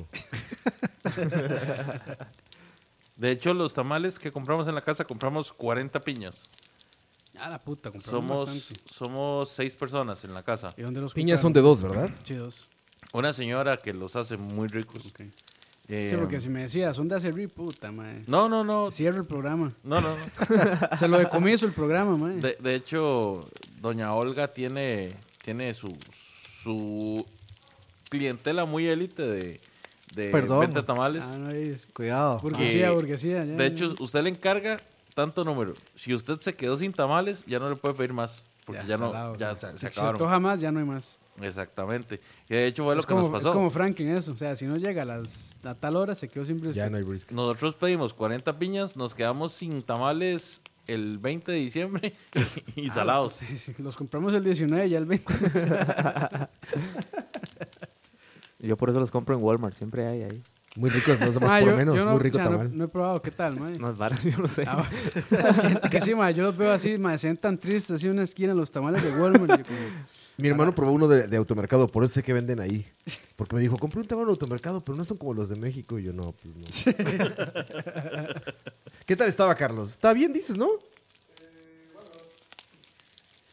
S2: De hecho, los tamales que compramos en la casa compramos 40 piñas.
S3: Ah, la puta, compramos
S2: Somos,
S3: bastante.
S2: somos seis personas en la casa.
S3: ¿Y dónde los
S7: Piñas son de
S3: compraron?
S7: dos, ¿verdad?
S3: Sí, dos.
S2: Una señora que los hace muy ricos.
S3: ok.
S2: Eh,
S3: Sí, porque si me decía, son de hacer rip, puta, mae.
S2: No, no, no.
S3: Cierro el programa.
S2: No, no. no.
S3: Se lo decomiso el programa, mae.
S2: De, de hecho, doña Olga tiene, tiene su, su clientela muy élite de, de
S4: Perdón.
S2: venta de tamales.
S3: Ah, no, es
S4: Cuidado.
S3: Burguesía,
S2: Que,
S3: burguesía. ya,
S2: de
S3: ya.
S2: hecho, usted le encarga tanto número. Si usted se quedó sin tamales, ya no le puede pedir más. Porque ya, no,
S3: salado,
S2: ya
S3: sí.
S2: se,
S3: Si
S2: se
S3: se
S2: acabaron.
S3: antoja más, ya no hay más.
S2: Exactamente. Y de hecho fue lo
S3: es,
S2: que
S3: como,
S2: nos pasó.
S3: es como Frank en eso. O sea, si no llega a, las, a tal hora, se quedó sin brisket.
S7: Ya no hay brisket.
S2: Nosotros pedimos 40 piñas, nos quedamos sin tamales el 20 de diciembre y, salados.
S3: Ah, Sí, pues, sí, Los compramos el 19 y ya el 20.
S6: Yo por eso los compro en Walmart, siempre hay ahí.
S7: Muy ricos los demás,
S3: Ah,
S7: por
S3: yo-
S7: menos.
S3: yo no-
S7: Muy rico
S3: o sea, no-
S7: tamal.
S3: No, he probado, ¿qué tal, mae?
S6: Más barato, yo no sé.
S3: Ah, bueno. es que, hay gente que sí, mae, yo los veo así, mae, se ven tan tristes, así en una esquina los tamales de Walmart. y yo como,
S7: Mi hermano probó uno de, de automercado, por eso sé que venden ahí. Porque me dijo, compré un tamal de automercado, pero no son como los de México. Y yo, no, pues no. ¿Qué tal estaba, Carlos? Está bien, dices, ¿no?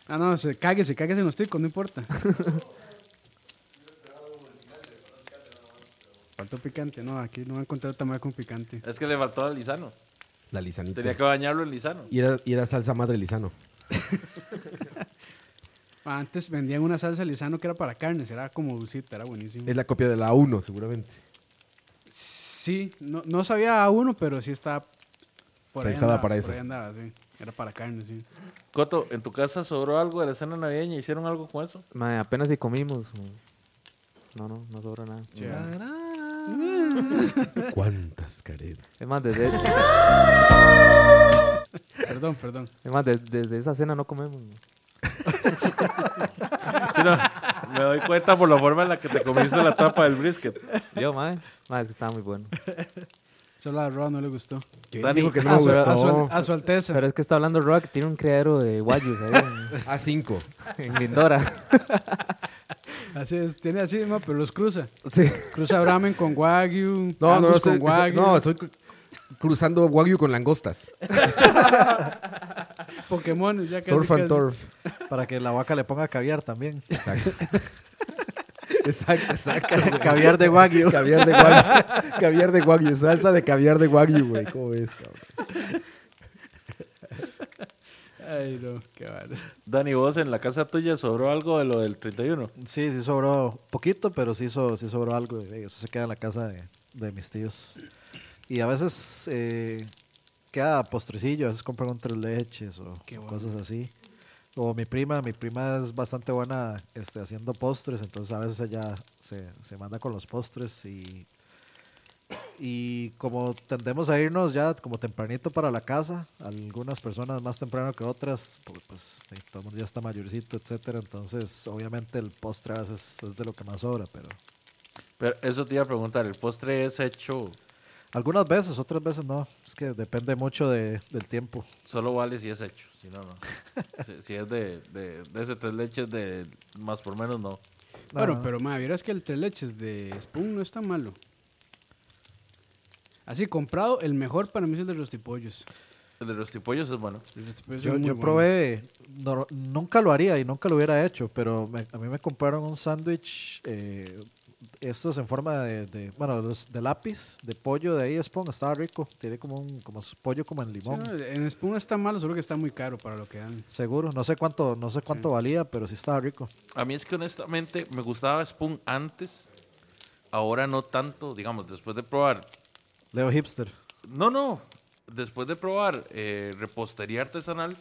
S3: ah, no, se cague, se cague en los ticos, no importa. faltó picante. No, aquí no van a encontrar tamal con picante.
S2: Es que le faltó al lisano.
S7: La lisanita.
S2: Tenía que bañarlo el lisano.
S7: Y, era, y era salsa madre lisano.
S3: Antes vendían una salsa lisano que era para carnes, era como dulcita, era buenísimo.
S7: Es la copia de la 1, seguramente.
S3: Sí, no, no sabía a uno, pero sí estaba por ahí
S7: Pensada
S3: andaba,
S7: para
S3: por
S7: eso.
S3: ahí andaba, sí. Era para carnes, sí.
S2: Coto, ¿en tu casa sobró algo de la cena navideña? ¿Hicieron algo con eso?
S6: Mae, apenas si comimos. mae. No, no, no sobra nada.
S7: ¿Cuántas caretas?
S6: Es más, desde,
S3: Perdón, perdón.
S6: es más, de- desde esa cena no comemos. mae.
S2: Sí, no, me doy cuenta por la forma en la que te comiste la tapa del brisket.
S6: Yo, madre. Madre, es que estaba muy bueno.
S3: Solo a Roa no le gustó.
S7: ¿Quién
S2: Dani,
S7: dijo que no
S3: a,
S7: me
S3: su, a su-
S7: gustó?
S3: a su Alteza.
S6: Pero es que está hablando Rock, tiene un criadero de guayos ahí
S7: ah, A5.
S6: en, en Lindora.
S3: Así es, tiene así, ma, pero los cruza.
S6: Sí.
S3: Cruza Brahman con Wagyu.
S7: No, no,
S3: Angus
S7: no,
S3: con
S7: estoy,
S3: Ah, Wagyu.
S7: no, estoy cru- cruzando Wagyu con langostas.
S3: Pokémon, ya casi,
S7: Surf and
S3: casi.
S7: turf.
S4: Para que la vaca le ponga caviar también.
S7: Exacto. Exacto, exacto. güey.
S4: caviar de wagyu.
S7: Caviar de Wagyu. Caviar de Wagyu. Salsa de caviar de Wagyu, güey. ¿Cómo ves, cabrón?
S3: Ay, no, qué vale.
S2: Dani, vos en la casa tuya sobró algo de lo del 31.
S4: Sí, sí sobró poquito, pero sí, so- sí sobró algo. y Eso se queda en la casa de, de mis tíos. Y a veces eh, queda postrecillo, a veces compran un tres leches o
S3: Qué bueno.
S4: cosas así. O mi prima, mi prima es bastante buena este, haciendo postres, entonces a veces ella se, se manda con los postres y, y como tendemos a irnos ya como tempranito para la casa, algunas personas más temprano que otras, porque pues eh, todo el mundo ya está mayorcito, etcétera, entonces obviamente el postre a veces es de lo que más sobra, pero
S2: Pero eso te iba a preguntar, ¿el postre es hecho
S4: algunas veces, otras veces no, es que depende mucho de- del tiempo.
S2: solo vale si es hecho? Si no, no. Si, si es de, de, de ese tres leches de más por menos, no.
S3: Bueno, pero ma, vieras que el tres leches de Spoon no está malo. Así, comprado, el mejor para mí es el de los tipollos.
S2: El de los tipollos es bueno.
S3: El rostipollos
S4: Yo,
S3: es muy
S4: yo
S3: bueno.
S4: probé, no- nunca lo haría y nunca lo hubiera hecho, pero me- a mí me compraron un sándwich, eh, estos en forma de, de- bueno, los de lápiz, de pollo de ahí, Spawn, estaba rico, tiene como un como su- pollo como en
S3: Sí,
S4: limón,
S3: no, en Spoon no está malo, solo que está muy caro para lo que dan.
S4: seguro, no sé cuánto, no sé cuánto valía, pero sí estaba rico.
S2: A mí es que honestamente me gustaba Spoon antes, ahora no tanto, digamos, después de probar.
S4: Leo Hipster.
S2: No, no, después de probar eh, repostería artesanal,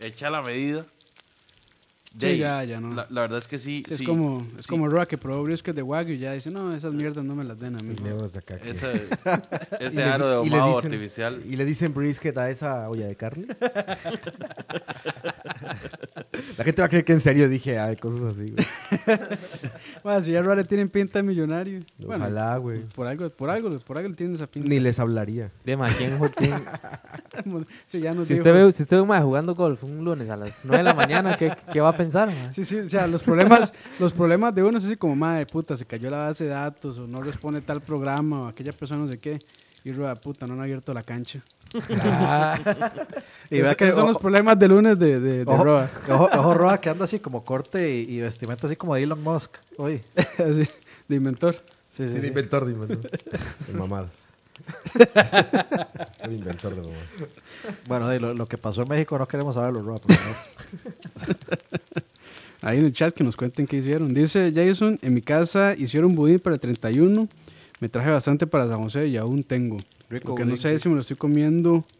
S2: hecha a la medida. de
S3: Sí,
S2: ahí,
S3: ya, ya no.
S2: La, la verdad es que sí.
S3: Es
S2: sí,
S3: como, es
S2: sí,
S3: como Roa que probó brisket de Wagyu y ya dice, no, esas mierdas no me las den a mí.
S7: Mierdas de acá. que-
S2: Ese,
S7: Y
S2: ese
S7: le di-
S2: aro de
S7: y le
S2: ahumado
S7: dicen-
S2: artificial.
S7: ¿Y le dicen brisket a esa olla de carne? La gente va a creer que en serio dije ay, cosas así, güey.
S3: Bueno, si ya Roa le tienen pinta de millonario. Bueno,
S7: Ojalá, güey.
S3: Por algo, por algo, por algo le tienen esa pinta.
S7: Ni les hablaría.
S6: De mae, ¿quién, jo- quién-
S3: Sí, ya nos
S6: si,
S3: dijo.
S6: usted ve, si usted ve un mae jugando golf un lunes a las 9 de la mañana, ¿qué, qué va a pensar? mae?
S3: Sí, sí, o sea, los problemas, los problemas de uno es así como, madre puta, se cayó la base de datos, o no responde tal programa, o aquella persona no sé qué, y rueda puta, no han abierto la cancha.
S4: Y vea
S3: Esos-
S4: que
S3: esos son los problemas de lunes de, de, de
S4: ojo,
S3: Roa.
S4: ojo- ojo Roa que anda así como corte y, y vestimenta así como de Elon Musk hoy.
S3: Así, de inventor.
S4: Sí,
S7: Sí,
S4: sí,
S7: de
S4: sí.
S7: inventor de inventor. De mamadas. Soy inventor de mamadas.
S4: Bueno, de lo, lo que pasó en México no queremos saberlo, Roa. por favor.
S3: Ahí en el chat que nos cuenten qué hicieron. Dice Jason, en mi casa hicieron budín para el 31, me traje bastante para San José y aún tengo.
S4: Rico
S3: Porque no
S4: budín,
S3: sé
S4: sí.
S3: si me lo estoy comiendo...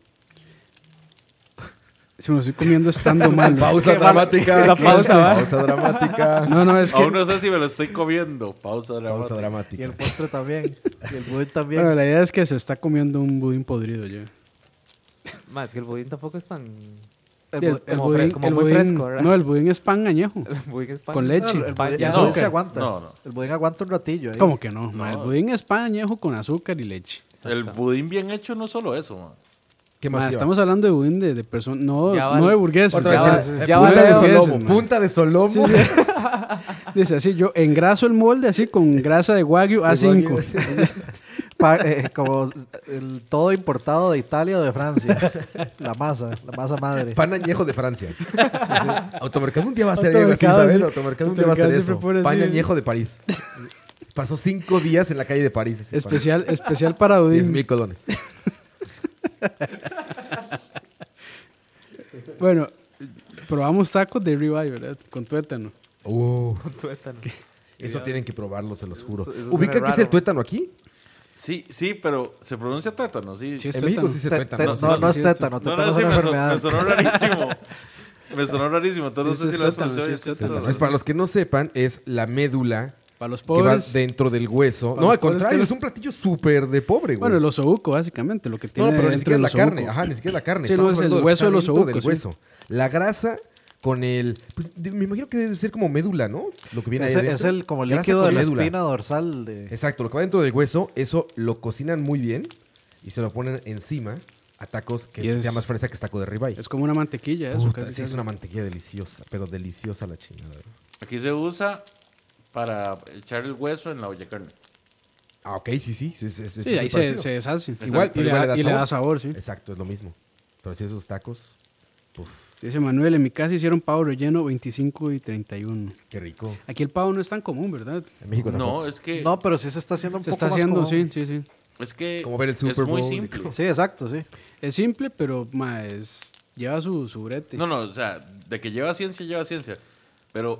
S3: Si me lo estoy comiendo estando mal.
S7: Pausa dramática.
S6: La pausa, ¿va?
S7: Pausa dramática.
S3: No, no, es que...
S2: Aún no sé si me lo estoy comiendo. Pausa
S7: Pausa
S2: dramática.
S4: Y
S7: dramática.
S4: el postre también. Y el budín también.
S3: Bueno, la idea es que se está comiendo un budín podrido ya.
S6: Mae, es que el budín tampoco es tan.
S4: El
S3: Sí,
S4: bu-
S6: como fre- como muy
S3: budín-
S6: fresco, ¿verdad?
S3: No, el budín es pan añejo.
S6: el budín es pan.
S3: Con leche.
S4: el
S6: pan
S4: budín-
S6: y
S4: el
S6: azúcar.
S4: budín se aguanta.
S2: No, no.
S4: El budín aguanta un ratillo. ahí.
S3: ¿Cómo que no? ma? el budín es pan añejo con azúcar y leche.
S2: El budín bien hecho no es solo eso, man.
S7: ¿Qué
S3: Ma,
S7: más? lleva?
S3: estamos hablando de budín de, de personas. No,
S6: Ya va
S3: no
S6: el-
S3: de burgueses.
S7: Otra
S3: ya
S6: va-
S3: va-
S7: vez.
S6: ya
S7: el-
S6: va
S7: el Punta de
S6: Leo.
S7: Solomo.
S3: ma.
S7: Punta de Solomo.
S3: Dice así: yo engraso el molde así con grasa de wagyu A5.
S4: Pa- eh, como el todo importado de Italia o de Francia. la masa, la masa madre.
S7: Pan añejo de Francia. Automercado un día va a ser algo así,
S3: Automercado,
S7: ¿sabes?
S3: sí.
S7: Automercado un día va a ser
S3: Automercado siempre
S7: eso.
S3: pone
S7: Pan
S3: así.
S7: añejo de París. Pasó cinco días en la calle de París. así,
S3: Especial, especial para
S7: para- 10
S3: Udin.
S7: mil colones.
S3: Bueno, probamos tacos de ribeye, ¿verdad? Con tuétano.
S7: Uh,
S6: Tuétano.
S7: eso tienen que probarlo, se los juro.
S6: Eso- eso suena
S7: ¿Ubican qué es el
S6: raro.
S7: tuétano aquí?
S2: Sí, sí, pero se pronuncia tuétano, sí.
S3: Sí, es
S7: En México
S3: tuétano.
S7: sí se
S4: Te- te-
S7: tuétano.
S4: no,
S7: sí.
S4: no, es
S3: sí, sí.
S4: tétano,
S2: No,
S4: tétano
S2: no,
S4: es
S2: sí,
S4: una
S2: me, so- me
S4: enfermedad.
S2: sonó rarísimo. me sonó rarísimo. Entonces
S3: Sí,
S2: no sé
S3: sí,
S2: si
S3: es
S2: lo has
S3: tuétano,
S2: pronunciado.
S3: sí,
S2: y
S3: es
S2: es
S3: tuétano.
S2: tuétano.
S7: Pues para los que no sepan, es la médula
S3: Para los
S7: que va
S3: pobres.
S7: dentro del hueso.
S3: Para
S7: No,
S3: los
S7: al
S3: pobres
S7: contrario,
S3: que-
S7: es un platillo súper de pobre, güey.
S3: Bueno, el osobuco, básicamente, lo que tiene
S7: no, pero ni
S3: dentro
S7: siquiera es
S3: el
S7: la
S3: osobuco.
S7: carne. Ajá, ni siquiera es la carne.
S3: Sí,
S7: Estamos
S3: no, es el
S7: hablando del
S3: hueso de los
S7: dentro del
S3: osobucos, sí.
S7: hueso. La grasa con el... Pues de- me imagino que debe ser como médula, ¿no? Lo que viene
S4: Es,
S7: ahí
S4: es
S7: adentro.
S4: el, como el
S7: Grasa
S4: líquido
S7: con
S4: de la
S7: médula.
S4: espina dorsal. De...
S7: Exacto, lo que va dentro del hueso, eso lo cocinan muy bien y se lo ponen encima a tacos que
S3: Y es-
S7: se llama fresa que es taco de ribeye.
S3: Es como una mantequilla, eso.
S7: Puta,
S3: casi,
S7: sí, es
S3: casi.
S7: una mantequilla deliciosa, pero deliciosa la chingada. güey.
S2: Aquí se usa para echar el hueso en la olla de carne.
S7: Ah, ok, sí, sí. sí, es- es- es
S3: Sí, ahí se,
S7: parecido.
S3: se deshace.
S7: Igual,
S3: y,
S7: pero
S3: le,
S7: igual
S3: da, y le da sabor, sí.
S7: Exacto, es lo mismo. Pero si esos tacos, uf,
S3: Dice Manuel, en mi casa hicieron pavo relleno 25 y 31.
S7: qué rico.
S3: Aquí el pavo no es tan común, ¿verdad?
S7: En México tampoco.
S2: No, es que.
S4: No, pero sí se está haciendo un
S3: Se
S4: poco
S3: está
S4: más
S3: haciendo,
S4: común.
S3: sí, sí, sí.
S2: Es que.
S7: Como ver el Super
S2: Es muy
S7: Bowl.
S2: simple.
S4: Sí, exacto, sí.
S3: Es simple, pero ma, es- lleva su, su brete.
S2: No, no, o sea, de que lleva ciencia, lleva ciencia. Pero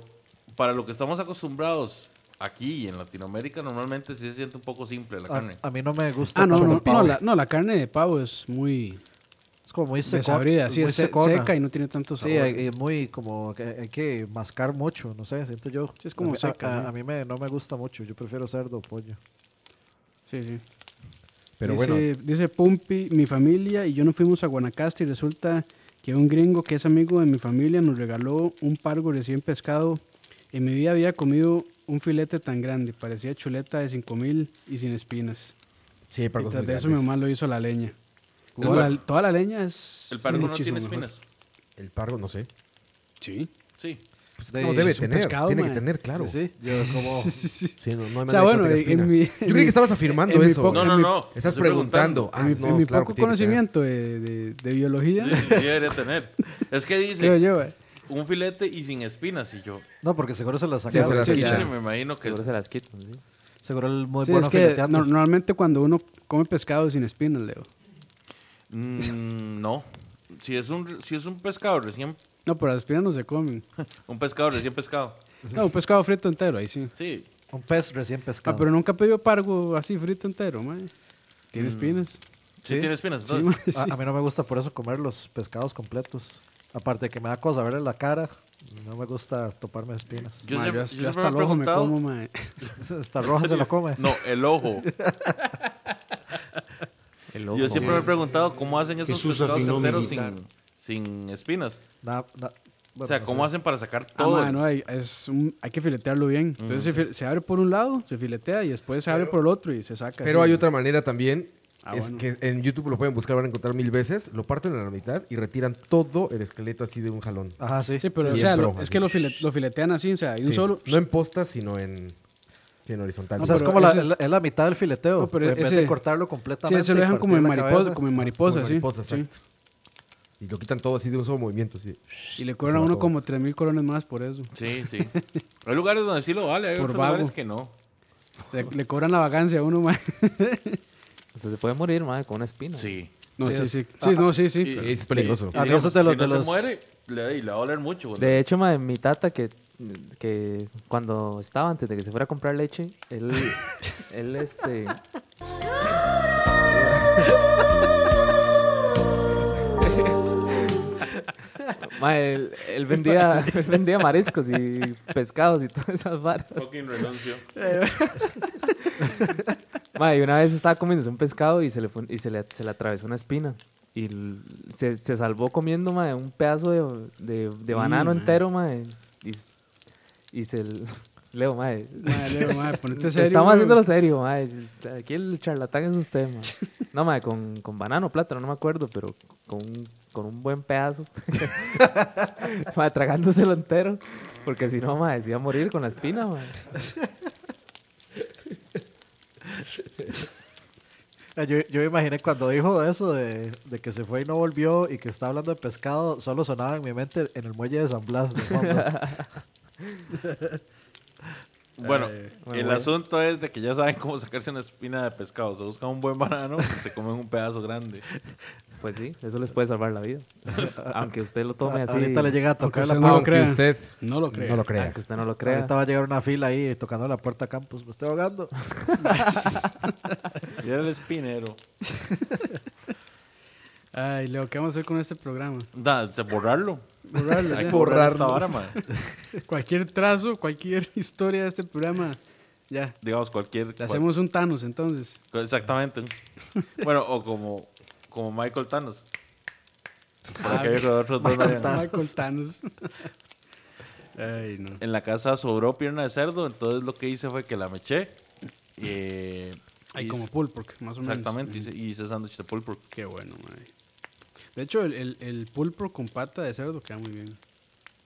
S2: para lo que estamos acostumbrados aquí y en Latinoamérica, normalmente sí se siente un poco simple la
S4: A,
S2: carne.
S4: a mí no me gusta.
S3: ah, no,
S4: tanto el
S3: no, no,
S4: pavo.
S3: la, no, la carne de pavo es muy
S4: Es como muy seco-
S3: desabrida, así
S4: muy
S3: es se-
S4: secona.
S3: seca y no tiene tanto sabor.
S4: Sí, hay- es muy como que hay que mascar mucho, no sé, siento yo.
S3: Sí, es como
S4: a, mí- a-
S3: seca,
S4: a-
S3: ¿no?
S4: a mí me, no me gusta mucho, yo prefiero cerdo o pollo.
S3: Sí, sí.
S7: Pero
S3: dice,
S7: bueno,
S3: Dice Pumpi, mi familia y yo nos fuimos a Guanacaste y resulta que un gringo que es amigo de mi familia nos regaló un pargo recién pescado. En mi vida había comido un filete tan grande, parecía chuleta de 5000 y sin espinas.
S7: sí, para
S3: Y
S7: cosas
S3: tras
S7: muy
S3: de eso mi
S7: grandes.
S3: mamá lo hizo a la leña.
S2: El
S3: Toda la,
S2: pargo-
S3: toda la leña es
S2: El pargo no
S3: muchísimo
S2: tiene
S3: mejor.
S2: espinas.
S7: El pargo, no sé.
S3: Sí.
S2: Sí.
S3: Pues
S4: De-
S7: no, debe
S3: es un
S7: tener.
S3: pescado,
S7: tiene
S3: mae.
S7: que tener, claro.
S4: Sí, sí, yo como-
S7: Sí, no, no hay
S3: O
S7: manera de que no
S3: sea, bueno,
S7: tenga
S3: en
S7: espina.
S3: mi-
S7: Yo creí que estabas afirmando
S3: en mi
S7: eso.
S3: poco-
S2: No,
S3: en
S2: no,
S3: mi-
S2: no.
S7: Estás
S2: estoy
S7: preguntando. Ah,
S3: En mi,
S7: no,
S3: en mi
S7: claro que tiene
S3: poco
S7: que
S3: conocimiento de, de- de biología,
S2: Sí, sí, sí debería tener. Es que
S3: creo
S2: dice
S3: yo, eh.
S2: un filete y sin espinas. Y yo,
S4: No, porque seguro se la
S7: tener.
S4: sacaron.
S7: Sí, se las
S2: sí,
S7: quitan.
S2: sí, me imagino que
S6: Seguro se las quitan, sí.
S4: Seguro el muy
S3: Sí,
S4: bueno
S3: es que
S4: fileteando.
S3: no- normalmente cuando uno come pescado sin espinas, Leo.
S2: Mm, no. Si es un si es un pescado recién
S3: No, pero las espinas no se comen.
S2: un pescado recién pescado.
S3: No, un pescado frito entero, ahí sí.
S2: Sí.
S4: Un pez recién
S3: Ah,
S4: pescado.
S3: pero nunca he pedido pargo así frito entero, mae. Tiene
S7: Mm.
S3: espinas.
S2: Sí, tiene espinas.
S3: Sí,
S2: entonces.
S3: mae, sí.
S4: A, a mí no me gusta por eso comer los pescados completos. Aparte de que me da cosa verle la cara, no me gusta toparme espinas.
S2: yo,
S3: Mae,
S2: siempre-
S3: yo
S2: yo siempre
S3: hasta- hasta
S2: me
S3: el
S2: he
S3: ojo me
S2: preguntado.
S3: como, mae. Ah,
S4: Hasta roja se lo come.
S2: No, el ojo.
S6: El
S2: Yo
S6: ojo.
S2: siempre me he preguntado cómo hacen esos
S8: Jesús
S2: pescados
S8: afinó mi
S2: enteros
S8: guitarra.
S2: sin, sin espinas.
S4: Na- na- bueno,
S2: o sea,
S4: no
S2: cómo
S4: sé.
S2: hacen para sacar
S3: Ah,
S2: todo.
S3: mae, no, hay, es un- hay que filetearlo bien.
S7: Mm,
S3: Entonces se, fil- se abre por un lado, se filetea y después se abre por el otro y se saca.
S7: Pero
S3: así.
S7: hay otra manera también.
S3: Ah,
S7: es
S3: bueno.
S7: que en YouTube lo pueden buscar, van a encontrar mil veces. Lo parten a la mitad y retiran todo el esqueleto así de un jalón.
S4: Ajá, sí.
S3: Sí, pero
S7: Sí,
S3: o
S7: es
S3: sea, lo- es,
S7: broma, sí.
S3: que lo, file- lo filetean así, o sea, hay Ah, un
S7: Sí,
S3: solo.
S7: No en postas, sino en, sí, en horizontal.
S4: o sea, es
S3: pero
S4: como la,
S3: ese es-
S4: la- es la mitad del fileteo.
S3: No, pero
S4: en vez
S3: ese-
S4: de cortarlo completamente.
S3: Sí, se lo
S4: y
S3: dejan como en
S4: partir la
S3: mariposa,
S4: cabeza.
S3: como en mariposa,
S7: Como
S3: sí.
S7: mariposa,
S3: sí.
S7: exacto. Y lo quitan todo así de un solo movimiento. Así.
S3: Y le cobran a
S7: va
S3: uno
S7: todo.
S3: como 3 mil colones más por eso.
S2: Sí, sí. Hay lugares donde sí lo vale, hay
S3: Por
S2: otros
S3: vago.
S2: lugares que no.
S3: Le, le cobran la vagancia a uno más.
S6: Usted se puede morir, madre, con una espina.
S2: Sí.
S3: No,
S4: Sí,
S3: sí,
S4: es-
S3: sí. Sí,
S2: Ah,
S3: no, sí, sí.
S7: Sí, es peligroso.
S4: A mí eso te
S2: si
S4: lo-
S2: no
S4: te
S2: se
S4: los-
S2: muere, le, y le va a doler mucho. güey.
S6: De hecho, madre, mi tata, que, que cuando estaba antes de que se fuera a comprar leche, él, él este, madre, él, él vendía, él vendía mariscos y pescados y todas esas varas.
S2: Fucking renuncio.
S6: Madre, y una vez estaba comiéndose un pescado y se le, fue- y se le, se le atravesó una espina. Y l- se, se salvó comiendo, madre, un pedazo de, de- de banano entero, madre. Y, s- y se... l- Leo, madre.
S3: Madre, Leo, madre, ponete serio.
S6: Estamos
S3: güey.
S6: haciéndolo serio, madre. Aquí el charlatán es usted, madre. No, madre, con, con banano, plátano, no me acuerdo, pero con, un- con un buen pedazo. madre, tragándoselo entero. Porque si no, madre, se iba a morir con la espina, madre.
S4: Ah, Yo, yo me imaginé cuando dijo eso de, de que se fue y no volvió y que está hablando de pescado, solo sonaba en mi mente en el muelle de San Blas. de fondo.
S2: Bueno,
S6: bueno,
S2: el
S6: bueno.
S2: asunto es de que ya saben cómo sacarse una espina de pescado. Se busca un buen banano y se comen un pedazo grande.
S6: Pues sí, eso les puede salvar la vida. Aunque usted lo tome así.
S4: Ah, Ahorita le llega a
S3: Ah, Aunque
S4: tocar
S3: usted
S4: la
S3: no lo
S4: puerta.
S3: crea.
S7: usted
S3: No lo Ah, creo.
S7: no lo crea.
S6: Aunque usted no lo crea.
S4: Ahorita va a llegar una fila ahí tocando la puerta a campus. Me estoy ahogando.
S2: Y era el espinero.
S3: Ay, Leo, ¿qué vamos a hacer con este programa?
S2: Da, de borrarlo.
S3: Borrarlo,
S2: Hay
S3: ya.
S2: que borrar esta
S7: Borrarlo.
S2: vara, mae.
S3: Cualquier trazo, cualquier historia de este programa, ya.
S2: Digamos, cualquier.
S3: Le hacemos un Thanos entonces.
S2: cual- exactamente. Bueno, o como, como Michael Thanos. Para que los otros dos no vean.
S3: Michael Thanos. Ay, no.
S2: En la casa sobró pierna de cerdo, entonces lo que hice fue que la meché. eh,
S3: Ay,
S2: y-
S3: como Pulpork, más o menos.
S2: Exactamente, hice, hice sándwich de pulpo.
S3: Qué bueno, madre. De hecho, el, el, el pulpo con pata de cerdo queda muy bien.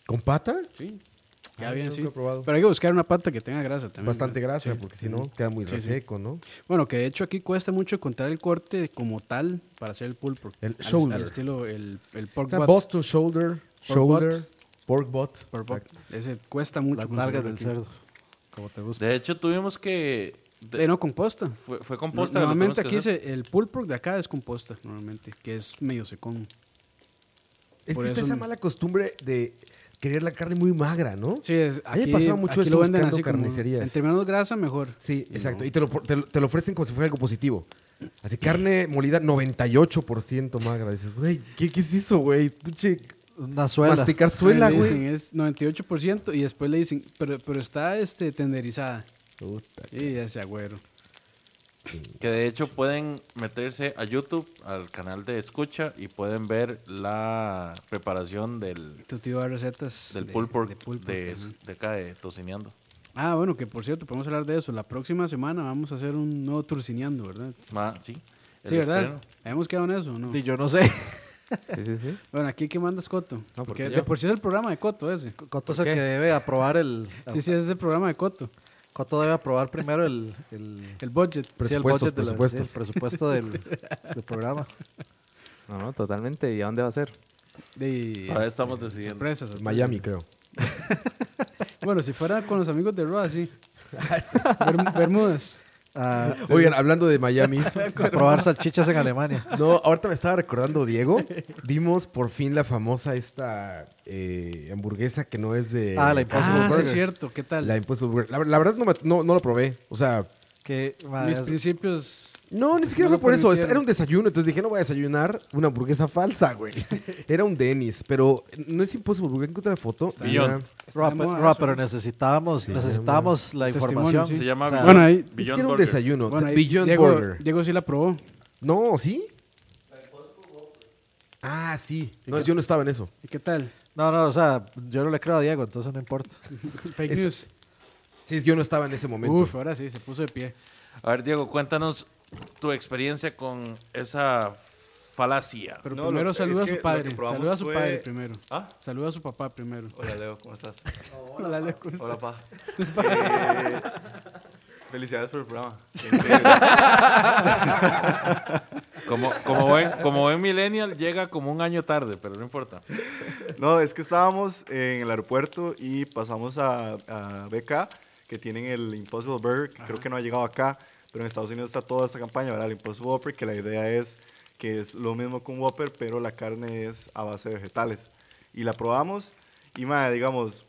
S7: ¿Con pata?
S3: Sí.
S7: Ah,
S3: Queda bien,
S7: nunca
S3: sí.
S7: he probado.
S3: Pero hay que buscar una pata que tenga grasa también.
S7: Bastante
S3: ¿verdad?
S7: grasa,
S3: Sí.
S7: porque si no queda muy
S3: Sí, sí.
S7: reseco, ¿no?
S3: Bueno, que de hecho aquí cuesta mucho encontrar el corte como tal para hacer el pulpo.
S7: El
S3: Al-
S7: shoulder.
S3: Al estilo el, el
S7: O
S3: pork
S7: sea,
S3: butt.
S7: Boston Shoulder, Shoulder, Pork Butt.
S3: Pork butt. Ese cuesta mucho.
S4: Las
S3: conseguirlo
S4: nalgas del
S3: aquí.
S4: cerdo. Como te gusta.
S2: De hecho, tuvimos que. de-
S3: Eh, no, composta.
S2: fue, fue composta. lo tuvimos
S3: normalmente
S2: que
S3: aquí
S2: hacer.
S3: se, el pulpo de acá es composta, normalmente, que es medio secón.
S7: Es
S3: Por
S7: que está
S3: eso-
S7: esa mala costumbre de querer la carne muy magra, ¿no?
S3: Sí, es,
S7: A mí me
S3: aquí,
S7: pasaba mucho
S3: aquí
S7: eso
S3: lo venden
S7: buscando
S3: así como,
S7: carnicerías.
S3: entre menos grasa, mejor.
S7: Sí, exacto. Y te lo, por- te, lo- te lo ofrecen como si fuera algo positivo. Así, carne molida 98% magra. Dices, güey, ¿qué, ¿qué es eso, güey? Pinche
S4: Una suela.
S7: masticar suela,
S3: le
S7: güey.
S3: dicen es 98% y después le dicen, pero, pero está este, tenderizada. Y ese agüero.
S2: Que de hecho pueden meterse a YouTube, al canal de Escucha, y pueden ver la preparación del,
S3: Tu tío da recetas
S2: del
S3: de-
S2: pulled pork
S3: de pulled
S2: de,
S3: pork, ajá.
S2: de acá de Tocineando.
S3: Ah, bueno, que por cierto, podemos hablar de eso. La próxima semana vamos a hacer un nuevo turcineando, ¿verdad?
S2: Ma- sí. el
S3: sí, ¿verdad?
S2: estreno.
S3: Hemos quedado en eso, o ¿no?
S4: Y yo no sé.
S6: Sí, sí, sí.
S3: Bueno, aquí que mandas Coto. porque
S6: porque
S3: de
S6: yo.
S3: por sí es el programa de Coto ese.
S4: Coto es
S6: ¿Por
S4: el
S6: qué?
S4: que debe aprobar el.
S3: Sí, sí, ese es el programa de Coto.
S4: Coto debe aprobar primero el. el
S3: El budget.
S4: sí, el
S7: Presupuestos,
S4: budget de la- sí,
S7: presupuestos.
S4: el presupuesto del, del programa.
S6: No, no, totalmente. ¿Y a dónde va a ser?
S3: De,
S2: Todavía estamos decidiendo.
S3: sorpresa, sorpresa.
S7: Miami, creo.
S3: Bueno, si fuera con los amigos de Roa, sí. Berm- Bermudas.
S4: A,
S7: Oigan, hablando de Miami.
S4: ah, a probar salchichas en Alemania.
S7: No, ahorita me estaba recordando, Diego. Vimos por fin la famosa esta eh, hamburguesa que no es de.
S4: Ah, la Impossible
S3: Ah, sí,
S4: Burger.
S3: es cierto. ¿Qué tal?
S7: La Impossible Burger. La, la verdad no, me- no, no lo probé. O sea,
S4: Que, ma,
S3: Mis
S4: es-
S3: principios.
S7: no, ni siquiera
S3: No lo
S7: fue por eso.
S3: permitieron.
S7: Era un desayuno, entonces dije, no voy a desayunar una hamburguesa falsa, güey. Era un Dennis, pero no es Impossible Burger. Encontré la foto.
S2: Beyond.
S7: Era-
S3: está
S4: Roa,
S3: de
S4: pe-
S3: moda
S4: Roa,
S3: eso,
S4: pero
S3: ¿no? Ah,
S4: necesitábamos, necesitábamos la
S3: Testimonio,
S4: información.
S3: sí.
S2: Se llama
S4: O sea,
S3: Bueno, ahí-
S7: Es que
S2: Beyond
S7: era un
S2: Burger.
S7: desayuno.
S3: Bueno, ahí
S7: Beyond
S3: Diego,
S7: Burger.
S3: Diego sí la probó.
S7: No, ¿sí? Ah, sí. No, yo no estaba en eso.
S3: ¿Y qué tal?
S4: No, no, o sea, yo no le creo a Diego, entonces no importa.
S3: Fake
S7: Este-
S3: news.
S7: Sí, yo no estaba en ese momento.
S3: Uf, ahora sí, se puso de pie.
S2: A ver, Diego, cuéntanos tu experiencia con esa falacia.
S3: Pero
S9: No,
S3: primero
S9: lo-
S3: saluda a
S9: es que
S3: su
S9: lo
S3: padre.
S9: que probamos
S3: Saluda a su
S9: fue-
S3: padre primero.
S9: ¿Ah?
S3: Saluda a su papá primero.
S9: Hola Leo, ¿cómo estás?
S3: Hola, Leo, ¿cómo está?
S9: Hola Pa. Eh, felicidades por el programa. Qué increíble.
S2: Como, como, buen, como buen millennial, llega como un año tarde, pero no importa.
S9: No, es que estábamos en el aeropuerto y pasamos a, a BK, que tienen el Impossible Burger, que creo que no ha llegado acá, pero en Estados Unidos está toda esta campaña, ¿verdad? El Impossible Whopper, que la idea es que es lo mismo que un Whopper, pero la carne es a base de vegetales. Y la probamos y, madre, digamos,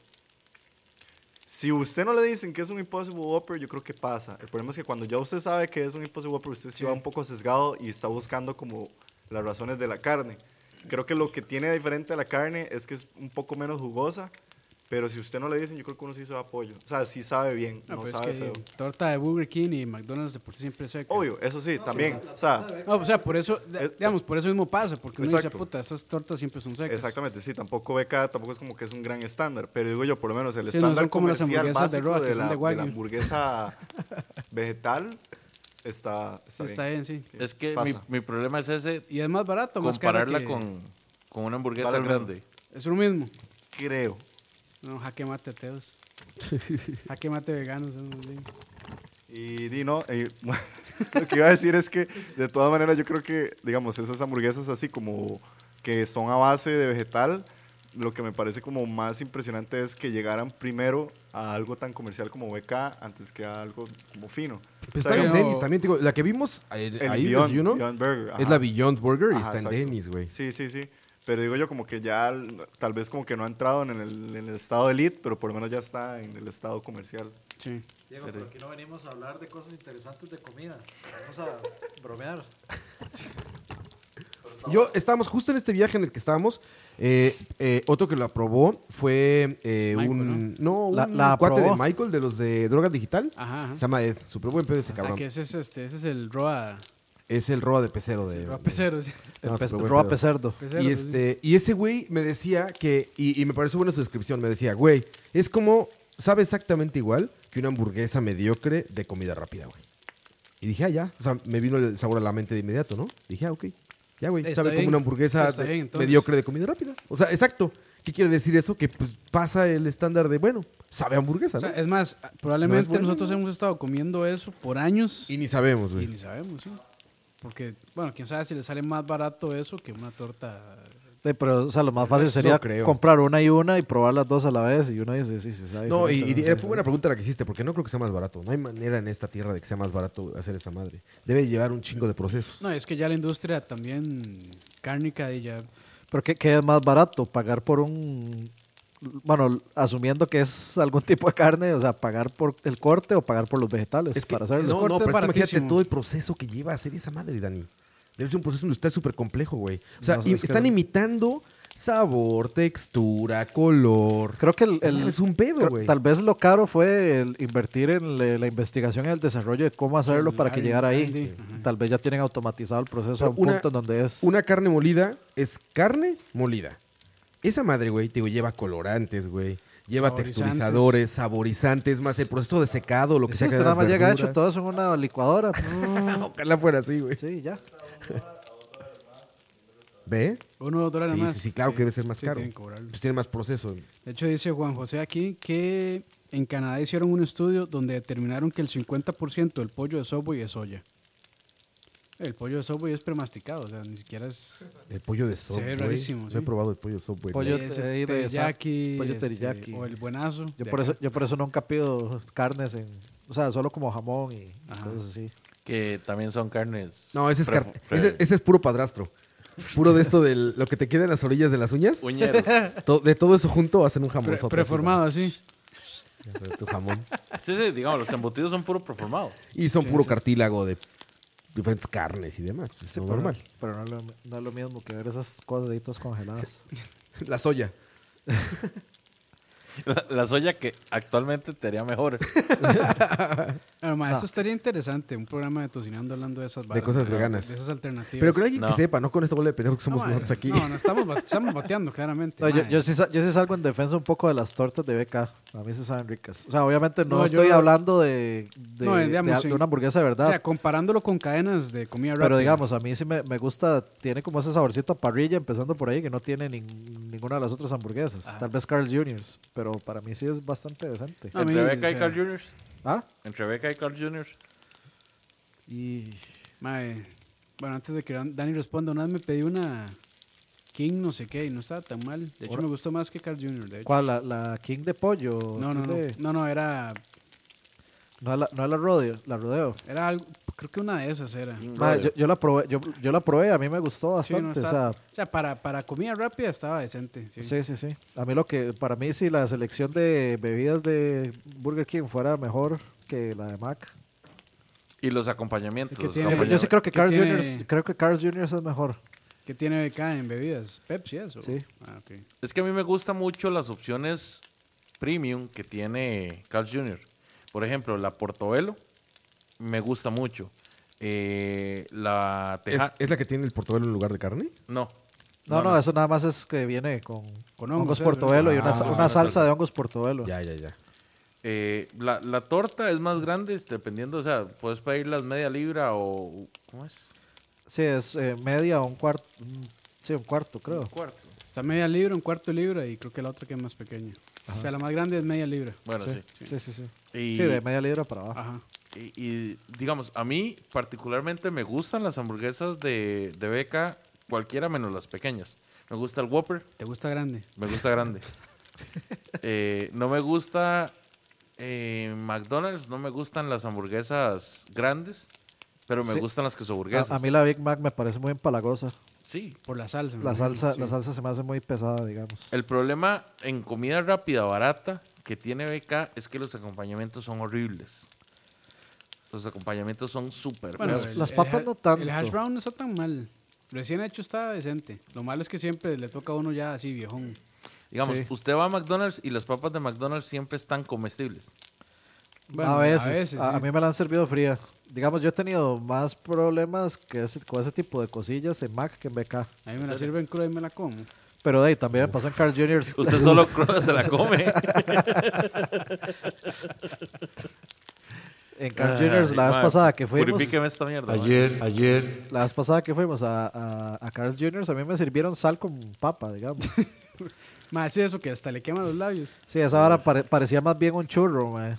S9: si usted no le dicen que es un Impossible Whopper, yo creo que pasa. El problema es que cuando ya usted sabe que es un Impossible Whopper, usted sí va un poco sesgado y está buscando como las razones de la carne. Creo que lo que tiene de diferente a la carne es que es un poco menos jugosa, pero si usted no le dicen, yo creo que uno sí se va a pollo. O sea, sí sabe bien,
S3: Ah,
S9: no
S3: pero es
S9: sabe
S3: que
S9: feo.
S3: torta de Burger King y McDonald's de por sí siempre es seca.
S9: Obvio, eso sí, también. O sea,
S3: No, o sea, por eso, de- digamos, por eso mismo pasa, porque uno dice,
S9: Exacto.
S3: puta, estas tortas siempre son secas.
S9: exactamente, sí, tampoco beca, tampoco es como que es un gran estándar, pero digo yo, por lo menos el
S3: Sí, no son
S9: estándar
S3: como las
S9: comercial
S3: hamburguesas de
S9: básico
S3: Roa, que
S9: de,
S3: son
S9: la,
S3: de
S9: de la
S3: Wagyu.
S9: hamburguesa vegetal está, está
S3: Sí,
S9: bien.
S3: está bien, sí.
S2: Es que mi,
S9: Pasa.
S2: mi problema es ese,
S3: Y es más barato, más caro
S2: compararla
S3: que-
S2: con, con una hamburguesa
S9: Vale, hermano.
S2: grande.
S3: Es lo mismo.
S9: Creo.
S3: No, jaque mate ateos. jaque mate veganos. es más bien.
S9: Y Dino, lo que iba a decir es que de todas maneras yo creo que, digamos, esas hamburguesas así como que son a base de vegetal, lo que me parece como más impresionante es que llegaran primero a algo tan comercial como BK antes que a algo como fino.
S7: Pues
S9: O sea,
S7: está en
S3: pero-
S7: Dennis también, te digo, la que vimos eh,
S9: El
S7: ahí en
S9: Beyond-
S7: desayuno
S9: Beyond Burger,
S7: es
S9: ajá.
S7: la Beyond Burger y
S9: Ajá,
S7: está en
S9: exacto.
S7: Dennis, güey.
S9: Sí, sí, sí. Pero digo yo como que ya l- tal vez como que no ha entrado en el, en el estado elite, pero por lo menos ya está en el estado comercial.
S3: Sí.
S4: Diego, pero aquí no venimos a hablar de cosas interesantes de comida. Vamos a bromear.
S7: Yo estábamos justo en este viaje en el que estábamos. eh, eh, otro que lo aprobó fue eh,
S3: Michael,
S7: un, no,
S4: La-
S7: un
S4: la
S7: cuate de
S4: aprobó.
S7: Michael de los de droga digital.
S3: Ajá. ajá.
S7: Se llama Ed, súper buen pedo ese
S3: Ah,
S7: cabrón.
S3: que ese es, este, ese es el Roa,
S7: Es el roa de pecero de.
S3: el Roa Pecero. sí.
S7: No, súper buen
S4: Roa
S7: pedo.
S4: Pecerdo.
S3: Pecero,
S7: Y,
S3: sí.
S7: este, y ese güey me decía que, y, y me pareció buena su descripción, me decía, güey, es como, sabe exactamente igual que una hamburguesa mediocre de comida rápida, güey. Y dije, ah, ya, o sea, me vino el sabor a la mente de inmediato, ¿no? Dije, ah, ok, ya, güey,
S3: Está
S7: sabe como
S3: bien.
S7: una hamburguesa
S3: Está
S7: de-
S3: bien, entonces.
S7: mediocre de comida rápida. O sea, exacto. ¿Qué quiere decir eso? Que pues pasa el estándar de, bueno, sabe a hamburguesa,
S3: O sea,
S7: ¿no?
S3: es más, probablemente
S7: bueno.
S3: nosotros hemos estado comiendo eso por años
S7: Y
S3: y,
S7: ni sabemos,
S3: ni
S7: güey.
S3: sabemos, sí. Porque, bueno, quién sabe si le sale más barato eso que una torta.
S4: Sí, pero, o sea, lo más fácil
S7: Eso
S4: sería
S7: creo.
S4: comprar una y una y probar las dos a la vez. Y una dice, sí, sí, sabe.
S7: No, y,
S4: diferente,
S7: y
S4: no
S7: fue
S4: sé.
S7: buena pregunta la que hiciste, porque no creo que sea más barato. No hay manera en esta tierra de que sea más barato hacer esa madre. Debe llevar un chingo de procesos.
S3: No, es que ya la industria también cárnica y ya.
S4: Pero ¿qué, qué es más barato? ¿Pagar por un... Bueno, asumiendo que es algún tipo de carne, o sea, pagar por el corte o pagar por los vegetales
S7: Es que,
S4: Pues para hacerlo.
S7: no,
S3: corte
S7: no, pero es que imagínate
S3: baratísimo.
S7: todo el proceso que lleva a hacer esa madre, Dani. Debe ser un proceso industrial súper complejo, güey. O sea,
S4: No,
S7: y-
S4: es que-
S7: están imitando sabor, textura, color.
S4: Creo que el, el-
S7: es un pedo,
S4: creo-
S7: güey.
S4: tal vez lo caro fue el invertir en le- la investigación y el desarrollo de cómo hacerlo para que
S3: R&D.
S4: llegara ahí.
S3: Ajá.
S4: Tal vez ya tienen automatizado el proceso a un
S7: Una-
S4: punto en donde es...
S7: Una carne molida es carne molida. Esa madre, güey, te digo, lleva colorantes, güey. Lleva
S3: Saborizantes.
S7: texturizadores, saborizantes, más el proceso de secado, lo que sea que
S4: Usted
S7: hagan
S4: nada
S7: las
S4: más llega
S7: verduras.
S4: hecho todo eso en una licuadora.
S7: Ojalá fuera así, güey.
S4: sí, ya.
S7: ¿Ve?
S3: Uno o dos dólares
S7: Sí,
S3: más.
S7: sí, sí, claro que debe ser más
S3: sí,
S7: caro.
S3: tienen que cobrarlo.
S7: Pues tiene más proceso.
S3: De hecho, dice Juan José aquí que en Canadá hicieron un estudio donde determinaron que el 50% del pollo de Subway es soya. El pollo de Subway es premasticado, o sea, ni siquiera es
S7: El pollo de sop,
S3: ve
S7: güey.
S3: rarísimo,
S7: No
S3: sí.
S7: he probado el pollo de sop, güey.
S4: Pollo
S3: eh,
S4: te-
S3: ese
S4: ahí de
S3: teriyaki,
S4: sa- pollo
S3: este,
S4: teriyaki.
S3: o el buenazo.
S4: Yo
S3: de
S4: por,
S3: acá.
S4: eso, yo por eso nunca pido carnes en... O sea, solo como jamón y cosas así.
S2: Que también son carnes.
S7: No, ese es,
S2: pre-
S7: car-
S2: pre-
S7: ese, ese es puro padrastro. Puro de esto de lo que te queda en las orillas de las uñas.
S2: uñeros.
S7: To- de todo eso junto hacen un
S3: Pre-
S7: jamón.
S3: preformado así.
S7: Tu jamón.
S2: Sí, sí, digamos, los embutidos son puro preformado.
S7: Y son puro cartílago de diferentes carnes y demás. Pues, lo
S4: pero-
S7: normal.
S4: Pero no, es lo- no es lo mismo que ver esas cosas ahí todas congeladas.
S7: La soya.
S2: La, la soya que actualmente te haría mejor.
S3: Bueno, ma,
S4: Ah.
S3: Eso estaría interesante, un programa de Tocinando hablando de esas varas,
S7: cosas veganas.
S3: De esas alternativas.
S7: Pero con alguien que
S2: No.
S7: sepa, no con esta bola de pendejos que somos
S3: ma,
S7: nosotros aquí.
S3: No, no, estamos, ba- estamos bateando claramente.
S4: No, yo,
S3: ma.
S4: yo, sí, sa- yo sí salgo en defensa un poco de las tortas de BK. A mí se saben ricas. O sea, obviamente no,
S3: No, yo-
S4: estoy hablando de, de,
S3: No, eh,
S4: de-
S3: digamos,
S4: de
S3: sí.
S4: una hamburguesa de verdad.
S3: O sea, comparándolo con cadenas de comida rápida.
S4: pero digamos, a mí sí me, me gusta, tiene como ese saborcito a parrilla, empezando por ahí, que no tiene nin- ninguna de las otras hamburguesas.
S3: Ah.
S4: Tal vez Carl Jr., pero para mí sí es bastante decente.
S3: No, a mí,
S2: Entre Beca y
S3: o sea,
S2: Carl Jr.
S4: ¿Ah?
S2: Entre Beca y Carl Jr.
S4: Y...
S3: Mae, eh, bueno, antes de que Dan- Dani responda, una vez me pedí una King no sé qué y no estaba tan mal. De hecho, me gustó más que Carl Jr. De hecho.
S4: ¿Cuál? ¿La, la King de pollo?
S3: No, no, no,
S4: ¿Tiene-
S3: no, no, era,
S4: No, la, no la rodeo, la rodeo.
S3: era algo, creo que una de esas era. Sí,
S4: Ma, yo, yo la probé, yo, yo la probé, a mí me gustó
S3: no
S4: bastante.
S3: estaba-
S4: o sea,
S3: o sea, para, para comida rápida estaba decente. Sí.
S4: sí, sí, sí. A mí lo que, para mí, si la selección de bebidas de Burger King fuera mejor que la de Mac.
S2: Y los acompañamientos.
S3: que
S2: los
S3: tiene-
S4: Yo,
S2: acompañamientos.
S4: yo sí creo que
S3: ¿Qué
S4: Carl
S3: tiene?
S4: Jr. creo que Carl Jr. es mejor.
S3: ¿Qué tiene acá en bebidas? ¿Pepsi eso?
S4: Sí.
S3: Ah, ok.
S2: Es que a mí me gustan mucho las opciones premium que tiene Carl Jr. Por ejemplo, la Portobelo me gusta mucho. Eh, la
S7: ¿Es,
S2: Tejana.
S7: es la que tiene el portobelo en lugar de carne?
S2: No.
S4: No, no, eso nada más es que viene con,
S3: Con hongos,
S4: hongos,
S3: ¿eh?
S4: portobelo y una,
S2: Ah,
S4: sa-
S2: con
S4: una
S2: la
S4: salsa
S2: salsa.
S4: de hongos portobelo.
S7: Ya, ya, ya.
S2: Eh, la, la torta es más grande, este, dependiendo, o sea, puedes pedirlas media libra o. ¿Cómo es?
S4: Sí, es eh, media o un cuarto. Sí, un cuarto, creo.
S2: Cuarto.
S3: Está media libra, un cuarto libra y creo que la otra que es más pequeña. O sea, la más grande es media libra.
S2: Bueno, sí.
S4: Sí, sí, sí.
S2: Y-
S4: Sí, de media libra para abajo.
S3: Ajá.
S2: Y, y, digamos, a mí particularmente me gustan las hamburguesas de, de beca, cualquiera menos las pequeñas. Me gusta el Whopper.
S3: ¿Te gusta grande?
S2: Me gusta grande. Eh, no me gusta eh, McDonald's, no me gustan las hamburguesas grandes, pero me
S4: Sí.
S2: gustan las que son
S4: A-
S2: hamburguesas.
S4: A, mí la Big Mac me parece muy empalagosa.
S2: Sí.
S3: Por la salsa. me
S4: La
S3: imagino,
S4: salsa,
S3: sí.
S4: la salsa se me hace muy pesada, digamos.
S2: El problema en comida rápida, barata, que tiene BK es que los acompañamientos son horribles. Los acompañamientos son súper
S3: Bueno,
S2: feos.
S4: Las-
S3: el-
S4: las
S3: el
S4: papas
S3: ha-
S4: no tanto.
S3: El hash brown no está tan mal. Recién hecho está decente. Lo malo es que siempre le toca a uno ya así, viejón.
S2: Digamos,
S4: sí.
S2: usted va a McDonald's y las papas de McDonald's siempre están comestibles.
S3: Bueno,
S4: a veces, a,
S3: sí.
S4: a mí me la han servido fría. Digamos, yo he tenido más problemas que ese- con ese tipo de cosillas en Mac que en BK.
S3: la sirven cruda y me la como.
S4: Pero de ahí también me pasó en Carl Jr.
S2: Usted solo cruda se la come.
S4: En Carl Jr. la vez pasada que fuimos.
S2: Purifíqueme esta mierda. ma.
S8: ayer, ayer,
S4: La vez pasada que fuimos a, a, a Carl Jr. a mí me sirvieron sal con papa, digamos.
S3: Más eso que hasta le quema los labios.
S4: Sí, esa vara pare- parecía más bien un churro, mae.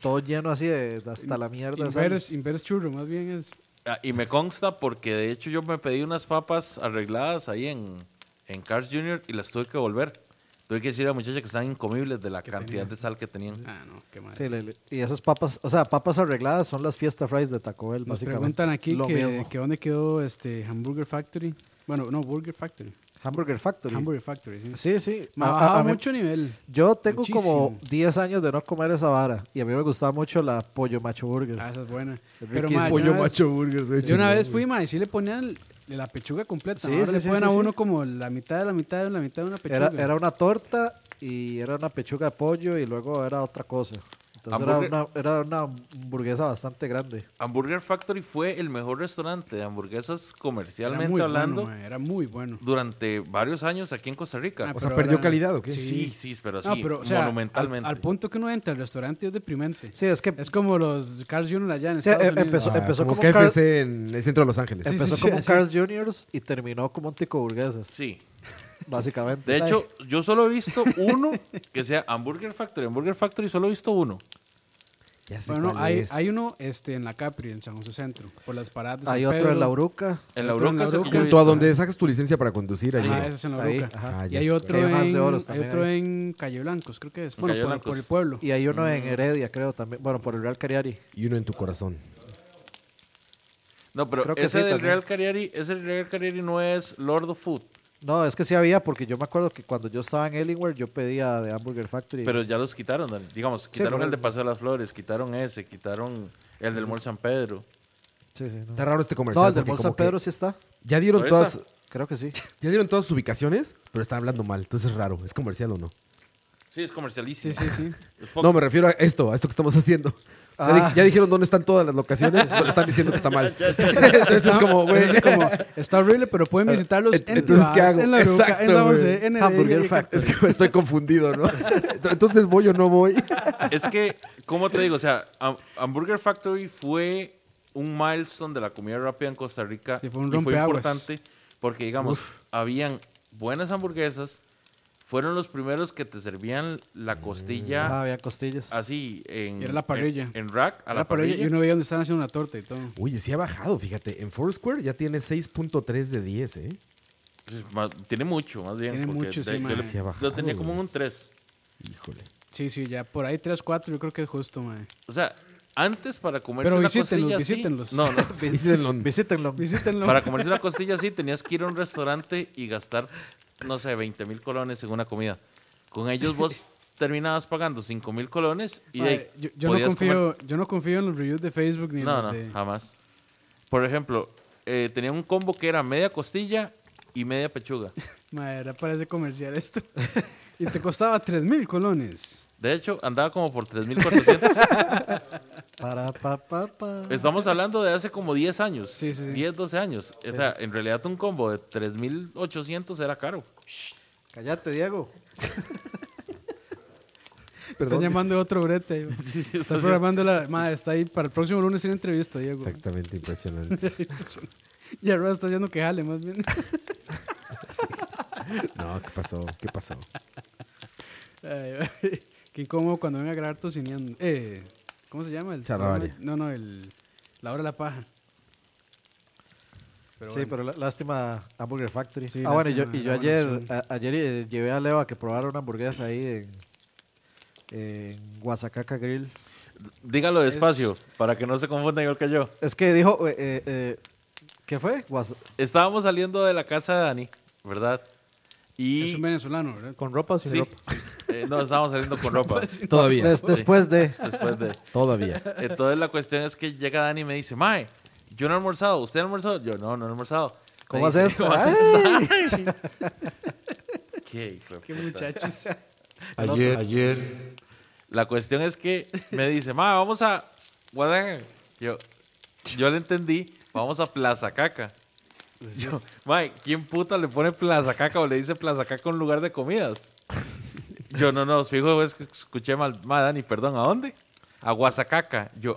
S4: Todo lleno así de hasta la mierda. de sal.
S3: Inverse, inverse churro, más bien es.
S2: Ah, Y me consta porque de hecho yo me pedí unas papas arregladas ahí en, en Cars Jr. y las tuve que volver. Tuve que decir a la muchacha que estaban incomibles de la cantidad de sal que tenían.
S3: Ah, no, qué mal.
S4: Sí, le- le- y esas papas, o sea, papas arregladas son las fiesta fries de Taco Bell,
S3: Nos
S4: básicamente.
S3: preguntan aquí
S4: Lo
S3: que,
S4: mismo.
S3: que dónde quedó este Hamburger Factory. Bueno, no, Burger Factory.
S4: Hamburger Factory.
S3: Hamburger Factory, sí.
S4: Sí, sí.
S3: Me
S4: A-
S3: ha
S4: a-
S3: bajado
S4: a mí-
S3: mucho nivel.
S4: Yo tengo como
S3: Muchísimo.
S4: 10 años de no comer esa vara. Y a mí me gustaba mucho la pollo macho burger.
S3: Ah, esa es buena. Pero,
S4: riquísimo.
S3: ma, yo
S7: Pollo
S3: una vez-
S7: macho burgers, güey.
S3: Yo una vez fui, ma, y sí le ponían la pechuga completa.
S4: Sí,
S3: Ahora
S4: sí,
S3: le
S4: sí,
S3: ponen
S4: sí,
S3: a
S4: sí.
S3: uno como la mitad de la mitad de la mitad de una pechuga.
S4: era, era una torta y era una pechuga de pollo y luego era otra cosa. Entonces era
S2: Hamburger-
S4: una, era una hamburguesa bastante grande.
S2: Hamburger Factory fue el mejor restaurante de hamburguesas
S3: Era
S2: comercialmente
S3: muy
S2: hablando
S3: bueno, ma, era muy bueno.
S2: durante varios años aquí en Costa Rica.
S3: Ah,
S7: O sea,
S3: pero
S7: ¿perdió
S3: ahora-
S7: calidad o qué?
S2: sí, sí, pero sí,
S3: No, pero, o sea, al-
S2: monumentalmente.
S3: Al, punto que uno entra al restaurante es deprimente.
S4: Sí, es que
S3: Es como los Carl Jr. allá en
S4: Sí,
S3: Estados
S4: eh,
S3: Unidos.
S4: empezó-
S7: Ah,
S4: empezó
S7: como,
S4: como
S7: KFC en el centro de Los Ángeles.
S3: sí,
S4: empezó
S3: sí,
S4: como
S3: así.
S4: Carl Jr. y terminó como un tico burguesas,
S2: Sí.
S4: básicamente.
S2: De hecho, yo solo he visto uno que sea Hamburger Factory. Hamburger Factory solo he visto uno.
S7: Ya sé
S3: Bueno,
S7: cuál
S3: hay,
S7: es.
S3: hay uno este, en la Capri, en San José Centro, por las paradas de San
S4: hay otro
S3: Pedro.
S4: en la Uruca.
S2: En la
S3: Otro en
S2: Uruca
S3: la
S2: es el que
S3: Uruca.
S2: yo he
S7: Junto a
S2: visto.
S7: donde sacas tu licencia para conducir, ahí.
S3: Ah,
S7: güey.
S3: ese es en la
S4: Ahí,
S3: Uruca.
S7: ajá. Ah,
S3: y
S7: ya
S3: hay
S7: sé
S3: otro,
S4: cuál.
S3: en,
S4: Hay más de oros
S3: hay
S4: también
S3: otro
S4: ahí.
S3: en Calle Blancos, creo que es.
S2: En
S3: Bueno,
S2: Calle
S3: por,
S2: Blancos.
S3: por el pueblo.
S4: Y hay uno
S3: Mm.
S4: en Heredia, creo, también. Bueno, por el Real Cariari.
S7: Y uno en tu corazón.
S2: No, pero
S4: Creo que
S2: ese
S4: sí,
S2: del
S4: también.
S2: Real Cariari, ese del Real Cariari no es Lord of Food,
S4: No, es que sí había, porque yo me acuerdo que cuando yo estaba en Alienware, yo pedía de Hamburger Factory.
S2: pero ya los quitaron, Dani. Digamos, quitaron
S4: pero-
S2: el de Paso de las Flores, quitaron ese, quitaron el del Mall San Pedro.
S4: sí, sí, no.
S7: Está raro este
S4: No,
S7: comercial.
S4: el del
S7: porque
S4: Mall
S7: como
S4: San
S7: que
S4: Pedro sí está.
S7: Ya dieron
S2: ¿Por
S7: todas,
S2: esa?
S4: Creo que sí.
S7: ya dieron todas sus ubicaciones, pero están hablando mal. Entonces es raro. ¿Es comercial o no?
S2: Sí, es comercialísimo.
S3: Sí, sí, sí.
S2: Es fuck-
S7: No, me refiero a esto, a esto que estamos haciendo. Ya,
S4: Ah.
S7: di- ya dijeron dónde están todas las locaciones, pero están diciendo que está mal. Entonces es como, güey,
S3: Así como, está horrible, pero pueden visitarlos
S7: Ah, Ent-
S3: en
S7: entonces, ¿qué
S3: Tibás,
S7: hago?
S3: en la Uruca, en la
S7: Exacto, güey.
S3: José, en Heredia y
S7: Hamburger
S3: en
S7: Fact. Es que estoy confundido, ¿no? Entonces voy o no voy.
S2: Es que, ¿cómo te digo? O sea, Ham- Hamburger Factory fue un milestone de la comida rápida en Costa Rica.
S3: Sí, fue un
S2: y fue
S3: rompeaguas.
S2: importante porque, digamos, habían buenas hamburguesas. Fueron los primeros que te servían la
S4: Ah,
S2: costilla
S4: había costillas.
S2: así en...
S3: Era la parrilla.
S2: En, en rack, a la,
S3: Ah,
S7: Ah,
S3: La parrilla,
S2: parrilla.
S3: Y uno veía donde estaban haciendo una torta y todo.
S7: Oye, sí ha bajado, fíjate. En Foursquare ya tiene 6.3 de 10, ¿eh?
S2: Pues, ma- Tiene mucho, más bien.
S3: Tiene
S2: porque
S3: mucho,
S2: de-
S3: sí,
S2: yo
S3: mae.
S2: le-
S7: Sí, ha
S2: Lo
S7: bajado,
S2: tenía como en
S7: güey.
S2: un 3.
S7: Híjole.
S3: Sí, sí, ya por ahí 3, 4, yo creo que es justo, mae.
S2: O sea, antes para comerse
S3: Pero
S2: una
S3: visítenlos,
S2: costilla así-
S3: visítenlos.
S2: No, no.
S7: Visítenlo.
S4: Visítenlo.
S3: Visítenlo.
S2: Para comerse una costilla así tenías que ir a un restaurante y gastar, no sé, 20 mil colones en una comida. Con ellos vos terminabas pagando 5 mil colones y de
S3: Mae,
S2: ahí
S3: yo, yo no
S2: podías comer-
S3: confío, yo no confío en los reviews de Facebook ni en
S2: No,
S3: los
S2: no,
S3: de...
S2: jamás. Por ejemplo, eh, tenía un combo que era media costilla y media pechuga.
S3: Mae, era para ese comercial esto. y te costaba 3 mil colones.
S2: De hecho, andaba como por 3.400.
S4: Para, pa, pa, pa.
S2: Estamos hablando de hace como 10 años.
S3: Sí, sí, sí.
S2: 10, 12 años. O sea, en realidad un combo de 3.800 era caro.
S4: Cállate, Diego.
S3: Están llamando a otro brete.
S2: Sí, sí,
S3: Están
S2: sí.
S3: programando la... Mae, está ahí para el próximo lunes tiene entrevista, Diego.
S7: Exactamente, impresionante.
S3: Y ahora está yendo que jale, más bien.
S7: No, ¿qué pasó? ¿Qué pasó?
S3: Ay, ay, Qué incómodo cuando venga a grabar tocineando. Eh, ¿Cómo se llama? El
S7: Charlavaria.
S3: programa? No, no, el, la hora de la paja.
S4: sí, pero lá- lástima Hamburger Factory.
S3: Sí,
S4: ah, bueno, y yo,
S3: lástima,
S4: y yo
S3: era buena
S4: ayer,
S3: opción.
S4: a- ayer eh, llevé a Leo a que probara una hamburguesa ahí en, en Guasacaca Grill.
S2: Dígalo despacio, para que no se confundan igual que yo.
S4: Es que dijo, eh, eh, eh, ¿qué fue? Guasa-
S2: Estábamos saliendo de la casa de Dani, ¿verdad?
S3: Es un
S2: Y...
S3: venezolano, ¿verdad?
S6: ¿Con ropa o sin
S2: Sí,
S6: ropa?
S2: Eh, no, estábamos saliendo con
S3: Pues
S2: ropa.
S7: Todavía,
S4: des- después de...
S2: Después de...
S7: todavía.
S2: Entonces la cuestión es que llega Dani y me dice, Mae, yo no he almorzado, ¿usted ha almorzado? Yo no, no he almorzado. Me
S4: ¿Cómo
S2: dice,
S4: haces?
S2: ¿Cómo haces? Qué hijo de
S3: Qué
S2: puta.
S3: muchachos.
S8: ayer, ayer,
S2: La cuestión es que me dice, Mae, vamos a... Guadalajara". Yo, yo le entendí, vamos a Plaza Caca. Yo, Mae, ¿quién puta le pone Plaza Caca o le dice Plaza Caca un lugar de comidas? Yo, no, no, fijo, es que escuché mal. Mae, Dani, perdón, ¿a dónde? A Guasacaca. Yo,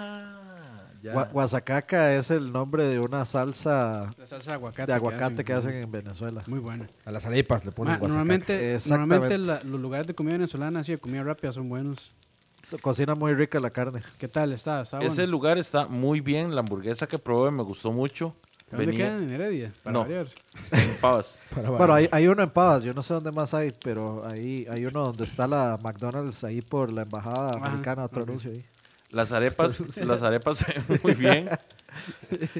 S2: ah, ya.
S4: Gua- Guasacaca es el nombre de una salsa
S3: La salsa de aguacate.
S4: de aguacate
S3: que
S4: que hacen en Venezuela.
S3: Muy buena.
S7: A las arepas le ponen
S3: Ma,
S7: guasacaca.
S3: Ah, normalmente
S4: Exactamente.
S3: normalmente la- los lugares de comida venezolana, así de comida rápida, son buenos.
S4: Se Cocina muy rica la carne.
S3: ¿Qué tal? ¿Está, está ah, bueno?
S2: Ese lugar está muy bien. La hamburguesa que probé me gustó mucho.
S3: ¿A ¿Dónde
S2: Venía
S3: quedan? ¿En Heredia? Para
S2: No.
S3: variar.
S2: en Pavas.
S7: Para
S4: Bueno, hay, hay uno en Pavas, yo no sé dónde más hay, pero ahí hay uno donde está la McDonald's ahí por la embajada
S3: Ajá,
S4: americana, otro anuncio ahí.
S2: Las arepas, las arepas se ven muy bien.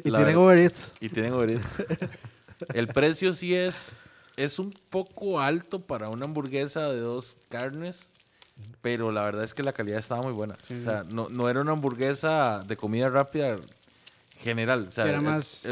S4: Y
S2: La
S4: tienen
S2: verdad-
S4: Uber Eats.
S2: y tienen Uber Eats. El precio sí es, es un poco alto para una hamburguesa de dos carnes, pero la verdad es que la calidad estaba muy buena. O sea, no, no era una hamburguesa de comida rápida general. O sea,
S3: Sí, era
S2: era
S3: más-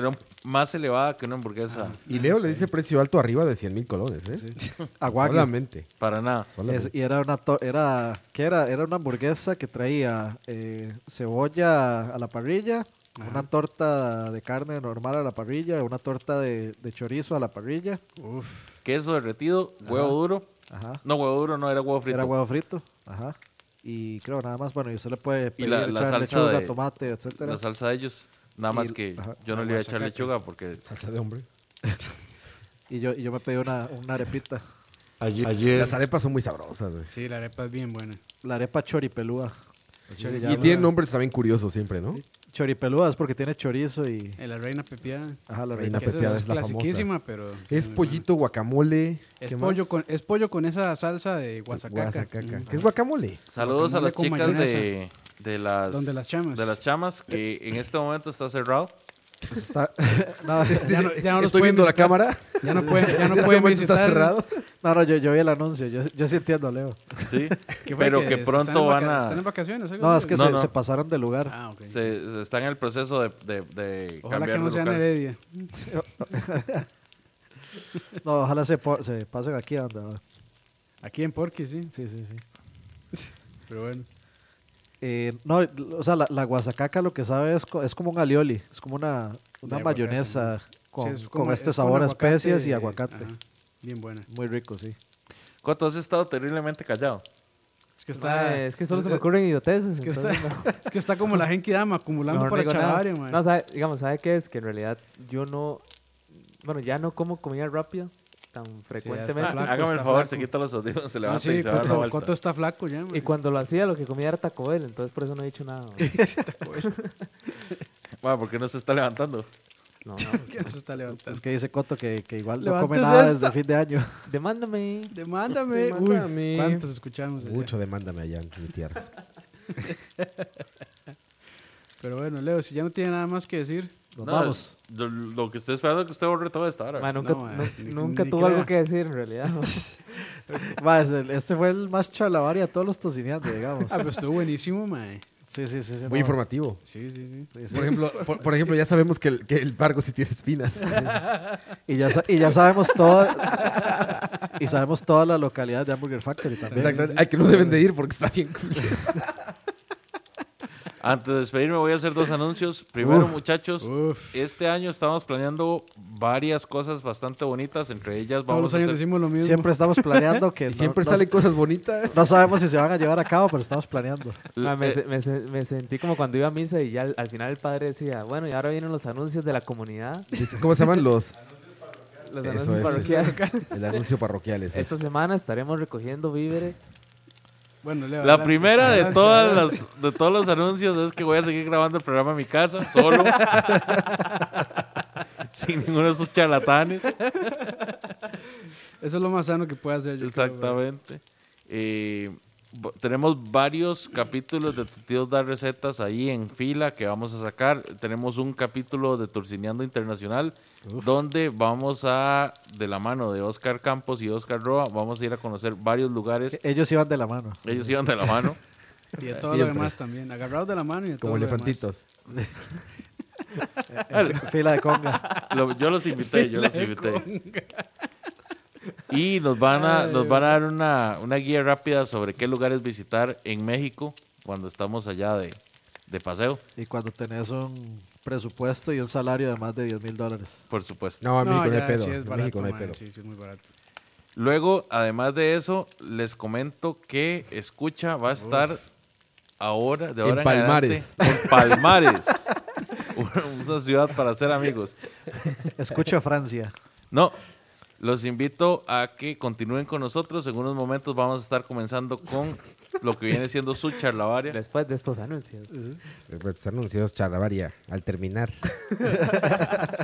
S2: más, elevada que una hamburguesa.
S7: Y Leo le dice precio alto arriba de 100 mil colones, ¿eh?
S4: Aguaca.
S7: Solamente.
S2: Para nada.
S7: solamente.
S4: y era una to- era ¿qué era? Era una hamburguesa que traía eh, cebolla a la parrilla, una torta de carne normal a la parrilla, una torta de, de chorizo a la parrilla,
S2: Queso derretido, huevo duro.
S4: ajá,
S2: No, huevo duro no, era huevo frito.
S4: era huevo frito, ajá. Y creo nada más, bueno, y usted le puede pedir
S2: la- la
S4: echar
S2: salsa
S4: lechuga,
S2: de-
S4: tomate, etcétera.
S2: la salsa de ellos. Nada
S4: Y-
S2: más que
S4: ajá,
S2: yo no le iba a echar lechuga porque
S7: Salsa de hombre.
S4: Y yo, y yo me pedí una, una arepita.
S8: ayer,
S7: Las
S8: ayer,
S7: arepas son muy sabrosas, güey.
S3: Sí, la arepa es bien buena.
S4: La arepa choripelúa.
S3: Pues
S4: Así se
S7: Y
S4: llama.
S7: tienen nombres también curiosos siempre, ¿no?
S4: Choripelúa es porque tiene chorizo y.
S3: Eh, La reina pepiada.
S4: Ajá, la
S7: Reina
S4: reina.
S3: que esa
S7: pepiada
S3: es,
S7: es la famosa.
S3: clasiquísima, pero...
S7: Es pollito, guacamole.
S3: Es
S7: ¿qué
S3: pollo,
S7: más?
S3: con, es pollo con esa salsa de guasacaca.
S7: Guasacaca.
S3: Ujú.
S7: ¿Qué es guacamole?
S2: saludos a
S3: Guacamole
S2: las
S3: con
S2: chicas de, de las
S3: Donde las chamas.
S2: de las chamas que en este momento está cerrado.
S4: Está- no,
S3: Ya no, ya no los
S7: Estoy
S3: pueden
S7: viendo la
S3: visitar.
S7: cámara.
S3: Ya no pueden, ya
S7: En
S3: no
S7: este
S3: pueden
S7: momento está
S3: visitar.
S7: cerrado.
S4: no, no, yo, yo vi el anuncio. Yo, yo sí entiendo, Leo.
S2: Sí,
S3: ¿Qué fue?
S2: pero
S3: ¿Que
S2: que
S3: se
S2: pronto
S3: están en
S2: van
S3: vaca- ¿Están en
S2: a
S3: vacaciones? algo
S4: No,
S3: así?
S4: es que
S2: No,
S4: se,
S2: no.
S4: se pasaron de lugar.
S3: Ah, ok.
S2: se, está en el proceso de, de, de
S3: Ojalá que
S2: cambiar
S3: no
S2: de
S3: sean
S2: local.
S3: Heredia.
S4: No, ojalá se, po- se pasen aquí a donde va.
S3: Aquí en Porqui, sí.
S4: Sí, sí, sí.
S3: Pero bueno.
S4: Eh, no, o sea, la, la guasacaca lo que sabe es, co- es como un alioli. Es como una, una
S3: aguacate,
S4: mayonesa con,
S3: Sí, es
S4: con
S3: como-
S4: este
S3: es con
S4: sabor a
S3: aguacate,
S4: especias y
S3: eh,
S4: aguacate.
S3: ajá, bien buena.
S4: Muy rico, sí.
S2: Coto, has estado terriblemente callado.
S3: Es que está.
S6: Mae, eh, es que solo se me
S3: es-
S6: ocurren idioteces.
S3: Es que, está,
S6: entonces
S3: es que está como la Genki Dama acumulando
S6: mejor
S3: para
S6: digo nada.
S3: Chavaria, man.
S6: No, sabe- digamos, ¿sabe qué es? Que en realidad yo no. Bueno, ya no como comida rápida tan frecuentemente.
S2: Ah,
S3: flaco,
S2: hágame el
S3: está
S2: favor,
S3: flaco.
S2: se quita los audífonos, se
S3: No,
S2: levanta y
S3: Ah, sí,
S2: se va a dar la
S3: Coto,
S2: vuelta.
S3: Coto está flaco ya, man.
S6: y cuando lo hacía, lo que comía era Taco Bell, entonces por eso no he dicho nada. man.
S2: Bueno, ¿por qué no se está levantando?
S6: No, no.
S3: ¿Quién se está levantando?
S4: Es que dice Coto que, que igual no come
S3: Levántese
S4: nada
S3: esta.
S4: desde fin de año.
S6: Demándame.
S3: Demándame.
S7: Demándame.
S3: Uy, ¿cuántos escuchamos? allá?
S7: Mucho demándame allá en mi tierra.
S3: Pero bueno, Leo, si ya no tiene nada más que decir,
S4: Nos
S2: No,
S4: vamos.
S2: Lo, lo que estoy esperando es que usted borre toda esta hora.
S6: Ma, nunca
S3: No, man,
S6: nu-
S3: ni-
S6: nunca
S3: ni
S6: tuvo
S3: crea.
S6: algo que decir en realidad. man.
S4: Va, es el- este fue el más charlavaria de todos los tocineantes, digamos.
S3: ah, pero estuvo buenísimo, man.
S4: Sí, sí, sí. sí,
S7: Muy
S4: no.
S7: informativo.
S3: Sí, sí, sí.
S4: Sí, sí.
S7: Por ejemplo, por, por ejemplo, ya sabemos que el, que el barco sí tiene espinas.
S4: Y ya, sa- y ya sabemos toda y sabemos toda la localidad de Hamburger Factory también.
S7: Exacto. Ay, que no deben de ir porque está bien cool.
S2: Antes de despedirme voy a hacer dos anuncios. Primero, muchachos,
S3: Uf.
S2: este año estamos planeando varias cosas bastante bonitas. Entre ellas
S3: Todos los
S2: vamos a
S3: años
S2: hacer-
S3: decimos lo mismo.
S4: Siempre estamos planeando que
S7: Y
S4: no-
S7: siempre
S4: no,
S7: salen cosas bonitas.
S4: no sabemos si se van a llevar a cabo, pero estamos planeando.
S6: Ma, Ah, me,
S2: Eh,
S6: se- me se- me sentí como cuando iba a misa y ya al, al final el padre decía, bueno, y ahora vienen los anuncios de la comunidad,
S7: ¿Cómo se llaman los?
S6: los
S7: Eso
S6: anuncios
S7: es,
S6: parroquiales.
S7: El anuncio parroquial es
S6: Esta
S7: eso.
S6: semana estaremos recogiendo víveres.
S3: Bueno, Leo.
S2: La
S3: adelante.
S2: primera de
S3: Adelante,
S2: todas
S3: adelante.
S2: las de todos los anuncios es que voy a seguir grabando el programa en mi casa solo. sin ninguno de esos charlatanes.
S3: Eso es lo más sano que puede hacer. yo creo, güey.
S2: Exactamente. Eh, bo- tenemos varios capítulos de Tu Tío Dar Recetas ahí en fila que vamos a sacar. Tenemos un capítulo de Turcineando Internacional donde vamos a, de la mano de Oscar Campos y Oscar Roa, vamos a ir a conocer varios
S3: Eh.
S2: lugares.
S4: Ellos iban de la mano.
S2: Ellos iban de la mano.
S3: Y de todo
S7: Siempre.
S3: lo demás también. Agarrados de la mano y de
S7: Como
S3: todo lo demás.
S7: elefantitos.
S4: En fi- fila de conga.
S2: Lo- yo los invité, yo los invité. Y nos van a, nos van a dar una, una guía rápida sobre qué lugares visitar en México cuando estamos allá de, de paseo,
S4: Y cuando tenés un presupuesto y un salario de más de 10 mil dólares.
S2: por supuesto.
S7: No, en México no,
S3: ya,
S7: hay pedo.
S3: sí es
S7: en
S3: barato,
S7: México no hay
S3: madre,
S7: pedo.
S3: Sí, sí, es muy barato.
S2: Luego, además de eso, les comento que Escucha va a estar ahora, de ahora
S7: En
S2: en,
S7: Palmares.
S2: adelante, en Palmares. Una- una ciudad para hacer amigos.
S4: Escucho a Francia.
S2: No, los invito a que continúen con nosotros. En unos momentos vamos a estar comenzando con lo que viene siendo su charlavaria.
S6: Después de estos anuncios.
S7: Están anunciados charlavaria al terminar.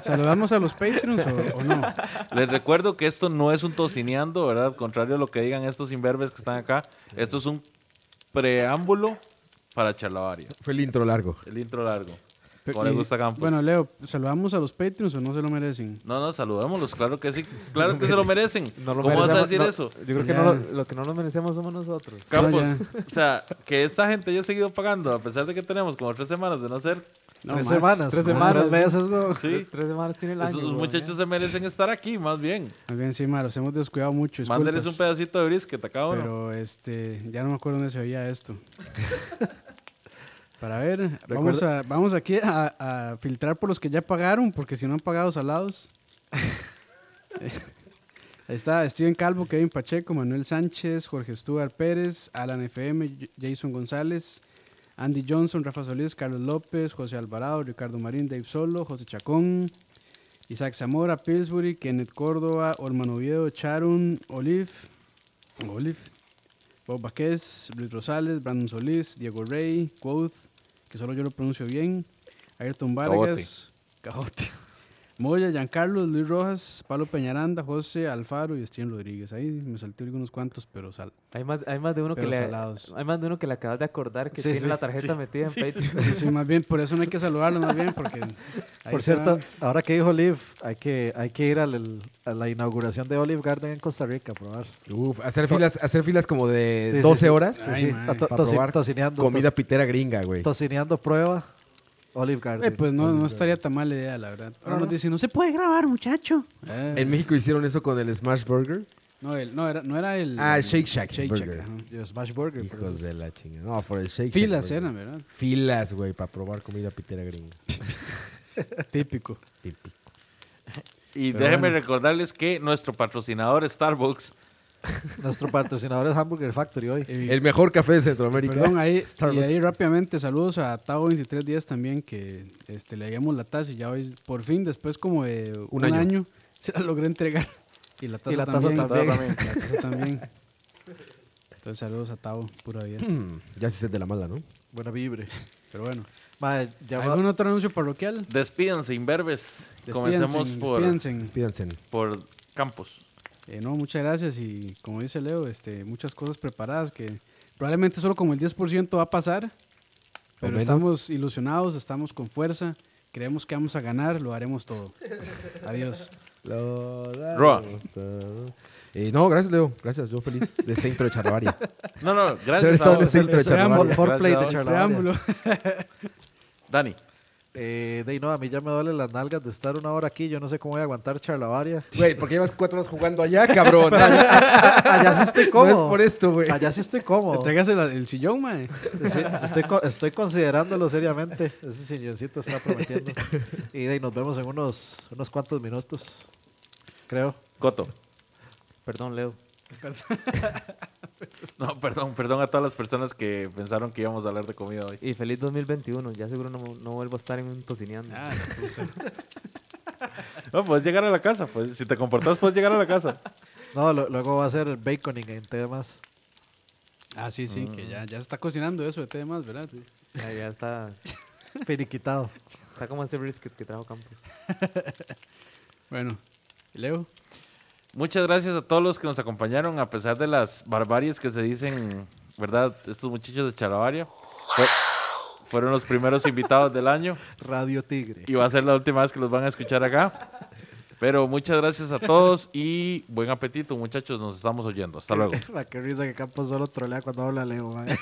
S3: ¿Saludamos a los Patreons o, o no?
S2: Les recuerdo que esto no es un tocineando, ¿verdad? Contrario a lo que digan estos imberbes que están acá, esto es un preámbulo para charlavaria.
S7: Fue el intro largo.
S2: El intro largo. Como le
S3: Y-
S2: gusta a Campos.
S3: Bueno, Leo, ¿saludamos a los Patreons o no se lo merecen?
S2: No, no, saludémoslos, claro que sí. Claro que se lo merecen.
S6: No lo
S2: ¿Cómo vas a
S6: merecemos,
S2: decir
S6: no,
S2: eso?
S6: Yo creo que no lo, lo que no nos merecemos somos nosotros.
S2: Campos,
S3: ya.
S2: o sea, que esta gente haya seguido pagando, a pesar de que tenemos como tres semanas de no ser,
S3: No,
S4: tres
S3: más.
S4: semanas.
S6: tres
S4: como
S6: semanas.
S4: Tres veces, güey.
S2: sí.
S6: Tres semanas tiene el año.
S2: Esos
S6: weón,
S2: muchachos
S6: ¿eh?
S2: se merecen estar aquí, más bien.
S3: Más bien, sí, ma, los hemos descuidado mucho. disculpas.
S2: Mándeles un pedacito de brisket acá uno.
S3: Pero este, ya no me acuerdo dónde se oía esto. Para ver, vamos, a, vamos aquí a, a filtrar por los que ya pagaron, porque si no han pagado salados. Eh, Ahí está Steven Calvo, Kevin Pacheco, Manuel Sánchez, Jorge Stuart Pérez, Alan FM, J- Jason González, Andy Johnson, Rafa Solís, Carlos López, José Alvarado, Ricardo Marín, Dave Solo, José Chacón, Isaac Zamora, Pillsbury, Kenneth Córdoba, Orman Oviedo, Charun, Olive, Olive, Bob Baquez, Luis Rosales, Brandon Solís, Diego Rey, Quoth, que solo yo lo pronuncio bien, Ayrton Vargas, Cajote, Moya, Giancarlo, Luis Rojas, Pablo Peñaranda, José Alfaro y Steven Rodríguez. Ahí me salté algunos cuantos, pero sal.
S6: Hay más, hay más de uno que
S3: Pero
S6: le
S3: salados.
S6: hay más de uno que le acabas de acordar que
S4: Sí,
S6: tiene
S4: sí,
S6: la tarjeta metida en Patreon.
S3: Sí, sí, más bien, por eso no hay que saludarlo, más bien, porque. ahí
S4: Por
S3: se
S4: cierto,
S3: van.
S4: ahora que dijo Liv, hay que, hay que ir al- al- a la inauguración de Olive Garden en Costa Rica a probar.
S7: Uf, hacer filas, hacer filas como de
S4: Sí, sí,
S7: 12
S4: sí.
S7: horas.
S4: Sí,
S3: Ay,
S4: sí.
S3: mae.
S4: A to-
S7: Para
S4: toci-
S7: probar
S4: tocineando,
S7: Comida
S4: toci-
S7: pitera gringa, güey.
S4: tocineando prueba, Olive
S3: Eh,
S4: Garden.
S3: pues no, no estaría tan mala idea, la verdad. Ahora nos dicen, no se puede grabar, muchacho. Eh,
S7: En México hicieron eso con el Smash Burger.
S3: no, el- no, era, no era el.
S7: Ah, el Shake Shack
S3: Shake
S7: Burger.
S3: Shack, ajá.
S4: Yo, Smash Burger. pues. pero
S7: Hijos
S4: eso
S7: de
S4: es-
S7: la chinga. No, por el Shake Shack.
S3: Filas
S7: Burger.
S3: eran, ¿verdad?
S7: Filas, güey, para probar comida pitera gringa.
S3: Típico.
S7: Típico.
S2: Y déjenme recordarles que nuestro patrocinador Starbucks
S4: Nuestro patrocinador es Hamburger Factory hoy.
S3: Eh,
S7: El mejor café de Centroamérica.
S3: Perdón, ahí, y
S7: Starbucks.
S3: ahí rápidamente saludos a Tavo 23 días también, que este, le dimos la taza y ya hoy, por fin, después como de un,
S7: año.
S3: año. se la logré entregar. Y la taza
S4: la taza
S3: también.
S4: también.
S3: La taza también. Entonces saludos a Tavo, pura vida.
S7: Mm, ya se siente la mala, ¿no?
S4: Buena vibre.
S3: Pero bueno,
S4: Mae, ya va-
S3: ¿algún otro anuncio parroquial?
S2: Despídanse, imberbes.
S3: Despídense,
S2: Comencemos por,
S3: despídense.
S7: Pídanse.
S2: por Campos.
S3: Eh, no, muchas gracias y como dice Leo, este, muchas cosas preparadas que probablemente solo como el 10% va a pasar, pero
S7: menos.
S3: estamos ilusionados, estamos con fuerza, creemos que vamos a ganar, lo haremos todo. Adiós.
S2: Roa.
S7: Eh, no, gracias, Leo. Gracias, yo feliz de este intro de charlavaria.
S2: No, no,
S7: Debería
S2: gracias a
S7: estar en
S2: vos.
S7: este intro de
S3: Gracias a
S7: charlavaria.
S4: for- foreplay de
S2: Gracias a
S4: charla.
S3: Preámbulo.
S2: Dani,
S4: Eh, de ahí no, a mí ya me duelen las nalgas de estar una hora aquí. Yo no sé cómo voy a aguantar charlavaria.
S7: Güey, porque llevas cuatro horas jugando allá, cabrón. Ah,
S4: Allá sí estoy
S7: no es
S4: cómodo.
S7: por esto, güey.
S4: Allá sí estoy cómodo.
S3: Tráigase la- el sillón, mae.
S4: Sí, estoy, co- estoy considerándolo seriamente. Ese silloncito está prometiendo. Y de ahí nos vemos en unos, unos cuantos minutos. Creo.
S2: Coto.
S6: Perdón, Leo.
S2: No, perdón, perdón a todas las personas que pensaron que íbamos a hablar de comida hoy.
S6: Y feliz 2021. Ya seguro no, no vuelvo a estar en un tocineando.
S3: Ah, la puta.
S2: No, puedes llegar a la casa, pues si te comportas puedes llegar a la casa.
S4: No, lo- luego va a ser el baconing en temas.
S3: Ah, sí, sí, que ya, ya se está cocinando eso de temas, ¿verdad?
S6: Ya, ya está.
S4: Finiquitado.
S6: Está como ese brisket que trajo Campos.
S3: Bueno, Leo.
S2: Muchas gracias a todos los que nos acompañaron, a pesar de las barbaries que se dicen, ¿verdad? Estos muchachos de Charavaria. Fue- fueron los primeros invitados del año
S4: Radio Tigre.
S2: y va a ser la última vez que los van a escuchar acá. Pero muchas gracias a todos y buen
S4: Ah,
S2: apetito, muchachos. Nos estamos oyendo. Hasta luego.
S4: La que risa que Campos solo trolea cuando habla Leo, mae.